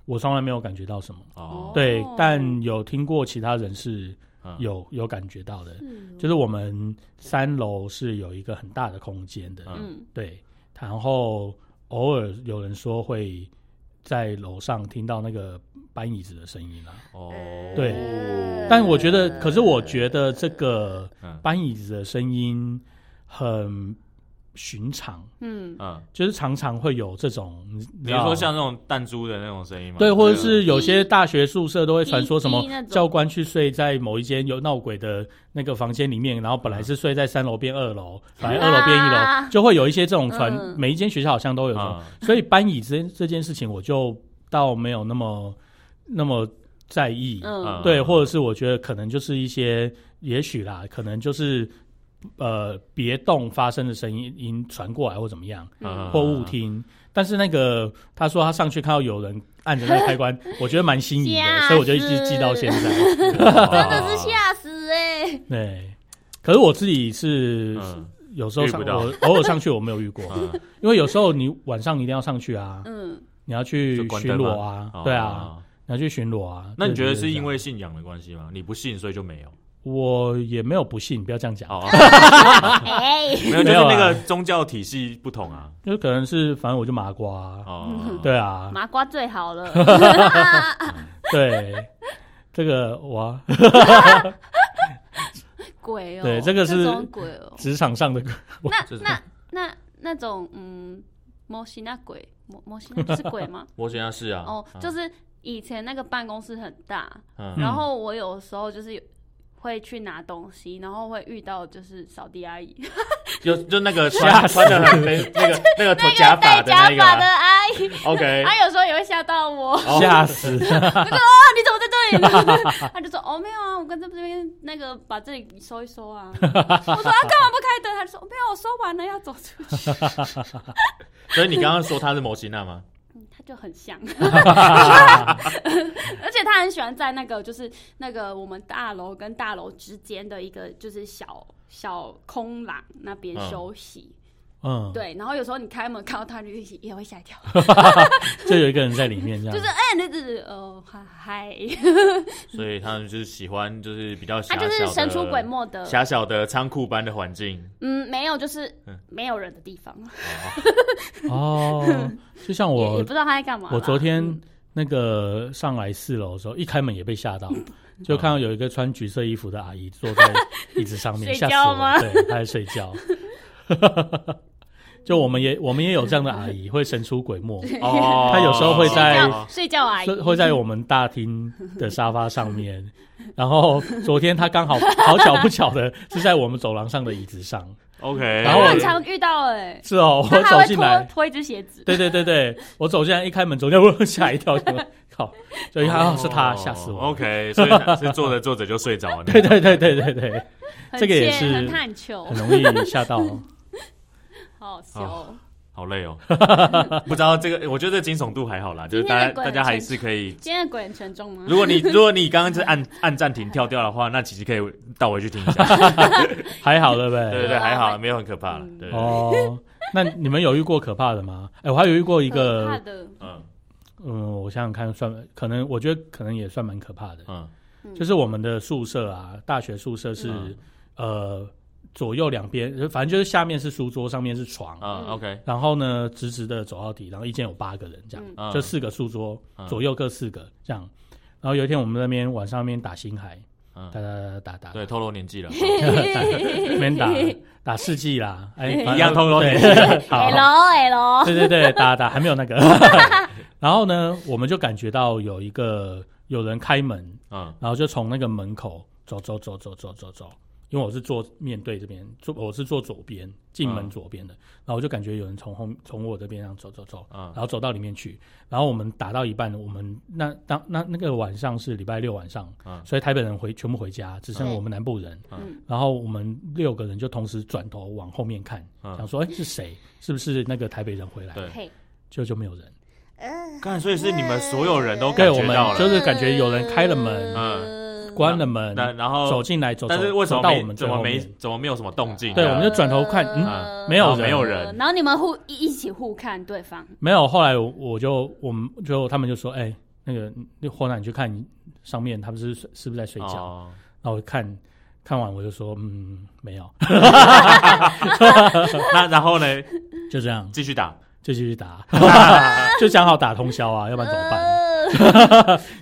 S3: 我从来没有感觉到什么。
S1: 哦，
S3: 对
S2: 哦，
S3: 但有听过其他人是
S1: 嗯
S3: 有有感觉到的，就是我们三楼是有一个很大的空间的，
S2: 嗯，
S3: 对，然后偶尔有人说会在楼上听到那个搬椅子的声音啊啦、
S1: 哦，
S3: 对
S2: 呃
S3: 但我觉得，可是我觉得这个
S1: 嗯
S3: 搬椅子的声音很寻常，
S2: 嗯，
S1: 嗯，
S3: 就是常常会有这种，你
S1: 比
S3: 知
S1: 如
S3: 道
S1: 说像那种弹珠的那种声音吗？
S3: 对，或者是有些大学宿舍都会传说什
S2: 滴滴那
S3: 么
S2: 种
S3: 教官去睡在某一间有闹鬼的那个房间里面，然后本来是睡在三楼变 二楼，反正二楼变一
S2: 啊
S3: 楼，就会有一些这种传
S2: 嗯，
S3: 每一间学校好像都有这种。
S1: 嗯
S3: 所以搬椅这这件事情，我就倒没有那么那么在意。
S2: 嗯
S1: 啊
S3: 对，或者是我觉得可能就是一些，也许啦，可能就是呃别动发生的声音音传过来或怎么样，
S1: 嗯
S3: 或误听。但是那个他说他上去看到有人按着那个开关， 我觉得蛮新颖
S2: 吓
S3: 的，所以我就一直记到现在。
S1: 真
S2: 真的是吓死哎、
S3: 对，可是我自己是
S1: 嗯
S3: 有时候上
S1: 遇不到
S3: 我偶尔上去我没有遇过，
S1: 嗯
S3: 因为有时候你晚上一定要上去啊，
S2: 嗯，
S3: 你要去
S1: 就关
S3: 巡
S1: 灯吗
S3: 逻啊，对啊，。你要去巡逻啊。
S1: 嗯哦那你
S3: 对
S1: 觉得
S3: 对
S1: 是
S3: 对
S1: 因为信仰的关系吗？你不信，所以就没有。
S3: 我也没有不信，不要这样讲，
S1: 哦，
S2: 哎，
S1: 没有，就
S3: 没
S1: 是
S3: 有啊
S1: 那个宗教体系不同啊。
S3: 就可能是反正我就麻瓜啊、
S1: 哦，
S3: 对啊，
S2: 麻瓜最好了。
S3: 对，这个哇，
S2: 鬼哦，
S3: 对这个是
S2: 种鬼 哦。
S3: 职场上的
S1: 这
S2: 那
S1: 是
S2: 那那那种嗯，摩西那鬼，摩摩西那是鬼吗？
S1: 我想要是 啊。
S2: 哦，就是以前那个办公室很大，
S1: 嗯
S2: 然后我有时候就是有会去拿东西，然后会遇到就是扫地阿姨，
S1: 就就那个
S3: 吓
S1: 穿
S3: 死
S1: 穿的很 那那个那个头假发
S2: 戴
S1: 的那
S2: 假
S1: 一个
S2: 发的哎
S1: 啊
S2: 阿姨，
S1: ，OK，哦
S2: 她有时候也会吓到我，啊，
S3: 吓死，
S2: 你怎么 在这里呢？她就说哦没有啊，我跟这边那个把这里收一收 啊。我说啊，干嘛不开灯？她就说哦没有，我收完了要走出去，
S1: 所以你刚刚说他是摩西娜吗？
S2: 嗯她就很像， 而且她很喜欢在那个就是那个我们大楼跟大楼之间的一个就是小小空廊那边
S1: 嗯
S2: 休息。
S3: 嗯，，
S2: 对，然后有时候你开门看到他，你也会吓一跳，
S3: 就有一个人在里面这样，
S2: 就是哎，那只呃嗨嗨，
S1: 所以他们就是喜欢就是比较
S2: 他
S1: 狭小
S2: 就是
S1: 的
S2: 神出鬼没的，
S1: 狭小的仓库般的环 境。
S2: 嗯，没有，就是
S1: 嗯
S2: 没有人的地方，
S3: 哦，就 像
S2: 也也
S3: 我
S2: 不知道他在干嘛啦。
S3: 我昨天
S2: 嗯
S3: 那个上来四楼的时候，一开门也被吓到，
S2: 嗯
S3: 就看到有一个穿橘色衣服的阿姨坐在椅 子上面，
S2: 睡
S3: 吓
S2: 觉
S3: 死我
S2: 吗
S3: 了。对，她在睡觉。 就我们也我们也有这样的阿姨，会神出鬼没，
S1: 哦
S3: 他有时候会在
S2: 睡觉睡觉啊阿姨
S3: 是会在我们大厅的沙发上 面。然后昨天她刚好好巧不巧的是在我们走廊上的椅子上，
S1: 哦 OK，
S3: 然后
S2: 我很常遇到哎，
S3: 是哦，
S2: 他
S3: 我
S2: 还
S3: 走
S2: 会
S3: 进
S2: 脱
S3: 来，
S2: 脱一只鞋子，
S3: 对对对对，我走进来一开门，走进来我吓一跳，想说 靠，就一看哦是他，吓死我了。
S1: OK，所以他是坐着坐着就睡着了。
S3: 对对对对对对，
S2: 很
S3: 这个也
S2: 欠
S3: 是
S2: 很探求
S3: 很，容易吓到。
S2: 好好笑
S1: 哦。好累哦， 不知道这个，我觉得这惊悚度还好啦，就是大
S2: 今天的
S1: 家
S2: 鬼
S1: 大
S2: 很
S1: 家还是可以。
S2: 今天的鬼很沉重 吗？
S1: 如果你如果你刚刚是按按暂停跳掉的话，那其实可以倒回去听一下。
S3: 还好对不对？
S1: 对对对，还好，没有很可怕了。对，对对
S3: 哦，那你们有遇过可怕的吗？哎、我还有遇过一
S2: 可怕
S3: 个，
S2: 的
S1: 嗯
S3: 嗯，我想想看，算可能，我觉得可能也算蛮可怕的。
S1: 嗯
S3: 就是我们的宿舍啊，大学宿舍是、
S1: 嗯
S3: 呃左右两边，反正就是下面是书桌，上面是床，
S1: 嗯，OK，
S3: 然后呢直直的走到底，然后一间有八个人这样，
S2: 嗯
S1: 嗯
S3: 就四个书桌、
S1: 嗯
S3: 左右各四个这样。然后有一天我们那边晚上那边打星海，
S1: 嗯
S3: 打打打打打，
S1: 对，透露年纪了。嗯
S3: 边 打打世纪啦，哎，
S1: 一样通通
S3: 对好，
S2: ，L L，
S3: 对对对，打打还没有那个。然后呢，我们就感觉到有一个有人开门，
S1: 嗯
S3: 然后就从那个门口走走走走走走走，因为我是坐面对这边，坐我是坐左边，进门
S1: 嗯
S3: 左边的。然后我就感觉有人从后从我这边上走走走，然
S1: 嗯
S3: 后走到里面去。然后我们打到一半，我们那当那那个晚上是礼拜六晚上，
S1: 嗯
S3: 所以台北人回全部回家，只剩
S2: 嗯
S3: 我们南部人。
S2: 嗯
S3: 然后我们六个人就同时转头往后面看，
S1: 嗯
S3: 想说：“哎、是谁？是不是那个台北人回来？”
S1: 对
S2: 嘿，
S3: 就就没有人。
S1: 看，所以是你们所有人都
S3: 对
S1: 感
S3: 我
S1: 觉
S3: 们
S1: 到了，
S3: 就是感觉有人开了门，
S2: 嗯，
S3: 关了门，
S1: 那然后
S3: 走进来走，
S1: 但是
S3: 走
S1: 为什么
S3: 走到
S1: 没
S3: 我们最
S1: 怎么
S3: 后
S1: 没
S3: 面
S1: 怎么没有什么动静啊？
S3: 对我们就转头看嗯
S1: 嗯
S3: 没有
S1: 然后
S3: 人
S1: 没有
S2: 呃
S1: 人，
S2: 然后你们互一一起互看对方，
S3: 没有？后来我我就我们就他们就说：“哎、那个那霍娜，你去看你上面，他们是是不是在睡觉？”
S1: 哦
S3: 然后我看看完我就说：“嗯，没有。
S1: 那然后呢？”
S3: 就这样，
S1: 继续 打，
S3: 就继续打，就讲好打通宵啊，要不然怎么办？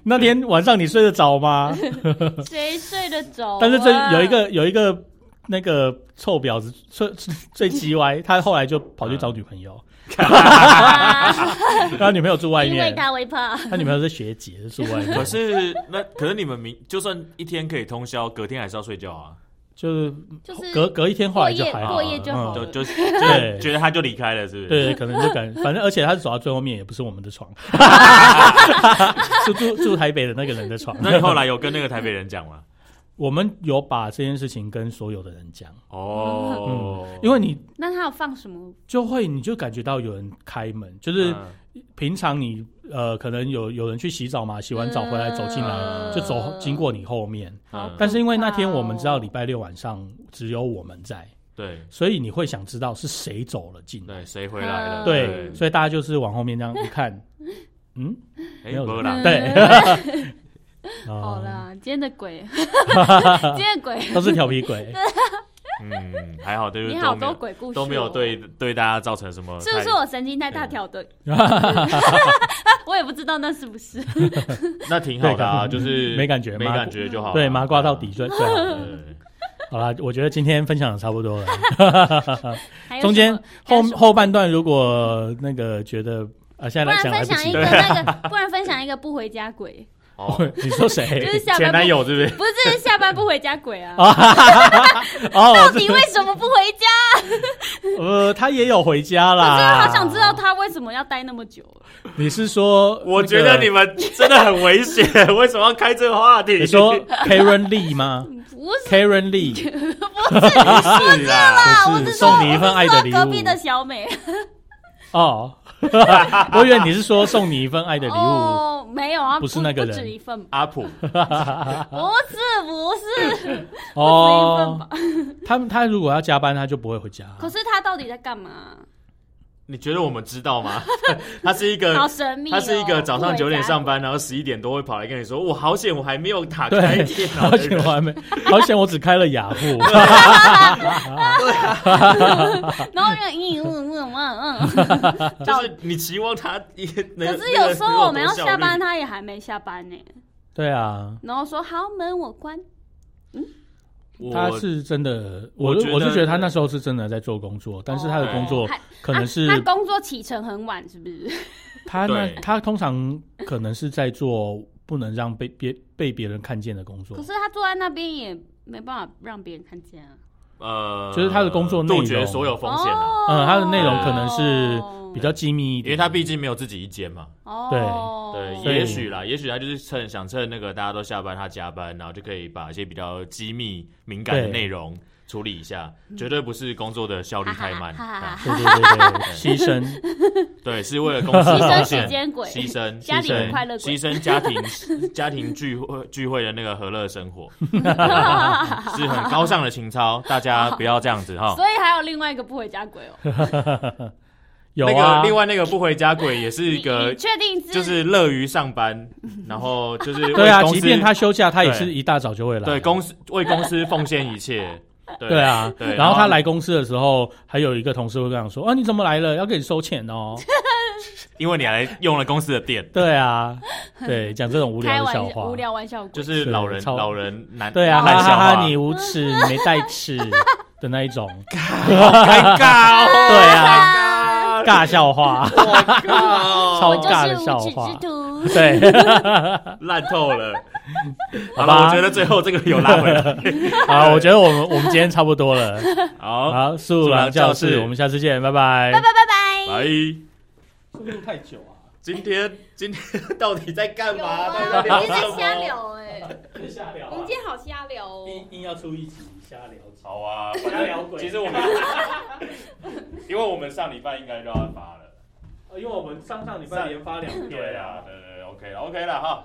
S3: 那天晚上你睡得着吗？
S2: 呃谁睡得着啊？
S3: 但是最有一 个有一个那个臭婊子最最叽歪，他后来就跑去找女朋友，
S2: 啊，
S3: 然后女朋友住外
S2: 因为
S3: 面，
S2: 他为怕，
S3: 他女朋友是学姐，住外面，
S1: 可是那可是你们明就算一天可以通宵，隔天还是要睡觉啊，
S3: 就是
S2: 就是
S3: 隔隔一天后
S2: 过
S3: 来就
S2: 夜
S3: 还好
S2: 过夜就好
S3: 嗯
S1: 就
S2: 了。
S1: 就
S3: 对
S1: 就觉得他就离开了，是不是？
S3: 对，可能就感，反正而且他走到最后面也不是我们的 床，是住住台北的那个人的床。
S1: 那你后来有跟那个台北人讲吗？
S3: 我们有把这件事情跟所有的人讲，
S1: 哦，
S3: 因为你
S2: 那他有放什么？
S3: 就会你就感觉到有人开门，就是
S1: 嗯
S3: 平常你呃可能有有人去洗澡嘛，洗完澡回来走进来
S2: 嗯
S3: 就走经过你后面，
S1: 嗯
S3: 但是因为那天我们
S2: 哦
S3: 知道礼拜六晚上只有我们在，
S1: 对
S3: 所以你会想知道是谁走了进来
S1: 对，，谁回来了？
S3: 对，所以大 家就是往后面这样一看，嗯，
S1: 哎，
S3: 没有人
S1: 没啦，
S2: 嗯
S3: 对，
S2: 好
S3: 哦，
S2: 啦，今天的 鬼，今天的鬼，
S3: 都是调皮 鬼。
S1: 嗯，还好，对不
S2: 你
S1: 对？
S2: 好
S1: 都没
S2: 多
S1: 有
S2: 鬼故事、哦
S1: 都没有对。对大家造成什么太，
S2: 是不是我神经太大条的？ 我也不知道那是不 是。
S1: 那挺好的啊，
S3: 对感
S1: 就是
S3: 没感觉
S1: 没
S3: 麻
S1: 感觉就好啊，嗯
S3: 对，麻瓜到底最最好。
S1: 对。
S2: 嗯
S1: 对
S3: 好啦，我觉得今天分享的差不多了。
S2: 还有
S3: 中
S2: 什
S3: 间
S2: 么还有
S3: 后
S2: 什么
S3: 后半段如果那个觉得啊，现
S2: 不
S3: 在
S2: 然
S3: 来讲来
S2: 分
S3: 不
S2: 享
S3: 及
S2: 一个。那个，不然分享一个不回家 鬼，
S1: 哦，
S3: 你说
S2: 就
S3: 谁？
S2: 是下
S1: 前
S2: 班
S1: 男
S2: 不
S1: 友是不是？
S2: 不是下班不回家鬼 啊。
S3: 哦，
S2: 到
S3: 我
S2: 底为什么不回家？
S3: 呃，他也有回家
S2: 我真的
S3: 啦。
S2: 好想知道他为什么要待那么久。
S3: 你是说那 个？
S1: 我觉得你们真的很危险，为什么要开这个话题？
S3: 你说 Karen Lee 吗
S2: 不 是
S3: ？Karen Lee
S1: 不是啦，
S2: 啊，我
S3: 不是
S2: 说
S3: 送你一份爱的
S2: 我
S3: 礼
S2: 是
S3: 物
S2: 说隔壁的小美。
S3: 哦， 我以为你是说送你一份爱的礼物。
S2: 哦，没有啊，
S3: 不是那个人
S2: 不止一份吧？
S1: 阿普，
S2: 不是，不是，不止一份
S3: 哦
S2: 吧，？
S3: 他们他如果要加班，他就不会回家。
S2: 可是他到底在干嘛？
S1: 你觉得我们知道 吗？他是一
S3: 呃
S1: 个
S2: 好神秘哦。
S1: 他是一个早上九点上
S2: 班。
S1: 班，然后十一点多会跑来跟你说：“我好险，我还没有打开电脑。”
S3: 好险我还没，好险我只开了雅 虎。
S2: 然后就嗯嗯嗯 嗯嗯。
S1: 就是你期望他也能。
S2: 可是有时候我们要
S1: 能有多
S2: 下班，
S1: 效率，
S2: 他也还没下班呢。
S3: 对啊，
S2: 然后说好门我关，
S3: 他
S1: 我
S3: 是真的，我
S1: 我觉得
S3: 我是觉得他那时候是真的在做工作，但是他的工作
S2: 还
S3: 可能是
S2: 哦啊他他工作启程很晚，是不是？
S3: 他那
S1: 对
S3: 他通常可能是在做不能让被别被别人看见的工作
S2: 可。是他坐在那边也没办法让别人看见啊。
S1: 呃，
S3: 就是他的工作内
S1: 杜
S3: 容
S1: 绝所有风险啊，
S2: 哦
S3: 嗯，他的内容可能是比较机密一
S1: 因
S3: 点，
S1: 为他毕竟没有自己一间嘛。
S2: 哦，
S1: 对，
S3: 所以
S1: 也许啦，也许他就是趁想趁那个大家都下班，他加班，然后就可以把一些比较机密、敏感的
S3: 对
S1: 内容处理一下，绝对不是工作的效率太慢，
S2: 哈哈哈哈
S1: 啊
S3: 对对对对，牺牲
S1: 对，是 为了公司
S2: 牺牲
S1: 奉献
S2: 时间鬼
S1: 牺 牲
S2: 家
S1: 牺
S2: 里
S1: 牲
S2: 的快乐鬼
S1: 牺牲家庭家庭聚会聚会的那个和乐生 活，是很高尚的情操，大家不要这样子哈。
S2: 所以还有另外一个不回家鬼哦。
S3: 有
S1: 那
S3: 啊
S1: 个，另外那个不回家鬼也是一
S2: 你
S1: 个
S2: 你，确定是
S1: 就是乐于上班，然后就是为
S3: 对啊，
S1: 公司
S3: 即便他休假，他也是
S1: 对
S3: 一大早就会来。
S1: 对公司为公司奉献一切，对
S3: 对啊，
S1: 对
S3: 然后
S1: 然
S3: 他
S1: 后
S3: 来公司的时候，还有一个同事会跟他说：“啊，你怎么来了？要给你收钱哦。
S1: 因为你还用了公司的电”，
S3: 对啊，对，讲这种无
S2: 开
S3: 聊的
S2: 玩
S3: 笑
S2: 笑
S3: 话
S2: 无，聊玩笑鬼，
S1: 就是老人
S3: 是超
S1: 老人难
S3: 对啊，
S1: 烂
S3: 哈
S1: 笑
S3: 哈哈，
S1: 话，
S3: 你 无耻，你没带尺的那一种，
S1: 尴尬哦，
S3: 对啊，尬笑话， 超
S2: 我就
S3: 尬的
S2: 是
S3: 笑
S2: 无耻之
S3: 话，
S2: 徒。
S3: 对，
S1: 烂透了。
S3: 好
S1: 好
S3: 吧
S1: 了，我觉得最后这个有拉回 来。
S3: 好，我觉得我们我们今天差不多了，
S1: 好，
S3: 好，素
S1: 素
S3: 郎
S1: 郎
S3: 教
S1: 教
S3: 室，
S1: 室
S3: 我们下次见，拜拜，
S2: 拜拜拜拜。
S1: 来，
S3: 是不是太久啊？
S1: 今天今天到底在干
S2: 有
S1: 嘛？
S2: 啊我
S1: 在聊
S2: 们在
S1: 什
S2: 瞎
S1: 么？
S2: 聊哎、
S3: 瞎聊啊
S2: 我们今天好瞎聊哦。
S3: 硬要出一集瞎聊，
S1: 好 啊，
S3: 反正聊鬼
S1: 其实我们，因为我们上礼拜应该就要发了。
S3: 因为我们上上礼
S1: 拜
S3: 连发两
S1: 对啊，对对对，OK 了，OK 了哈。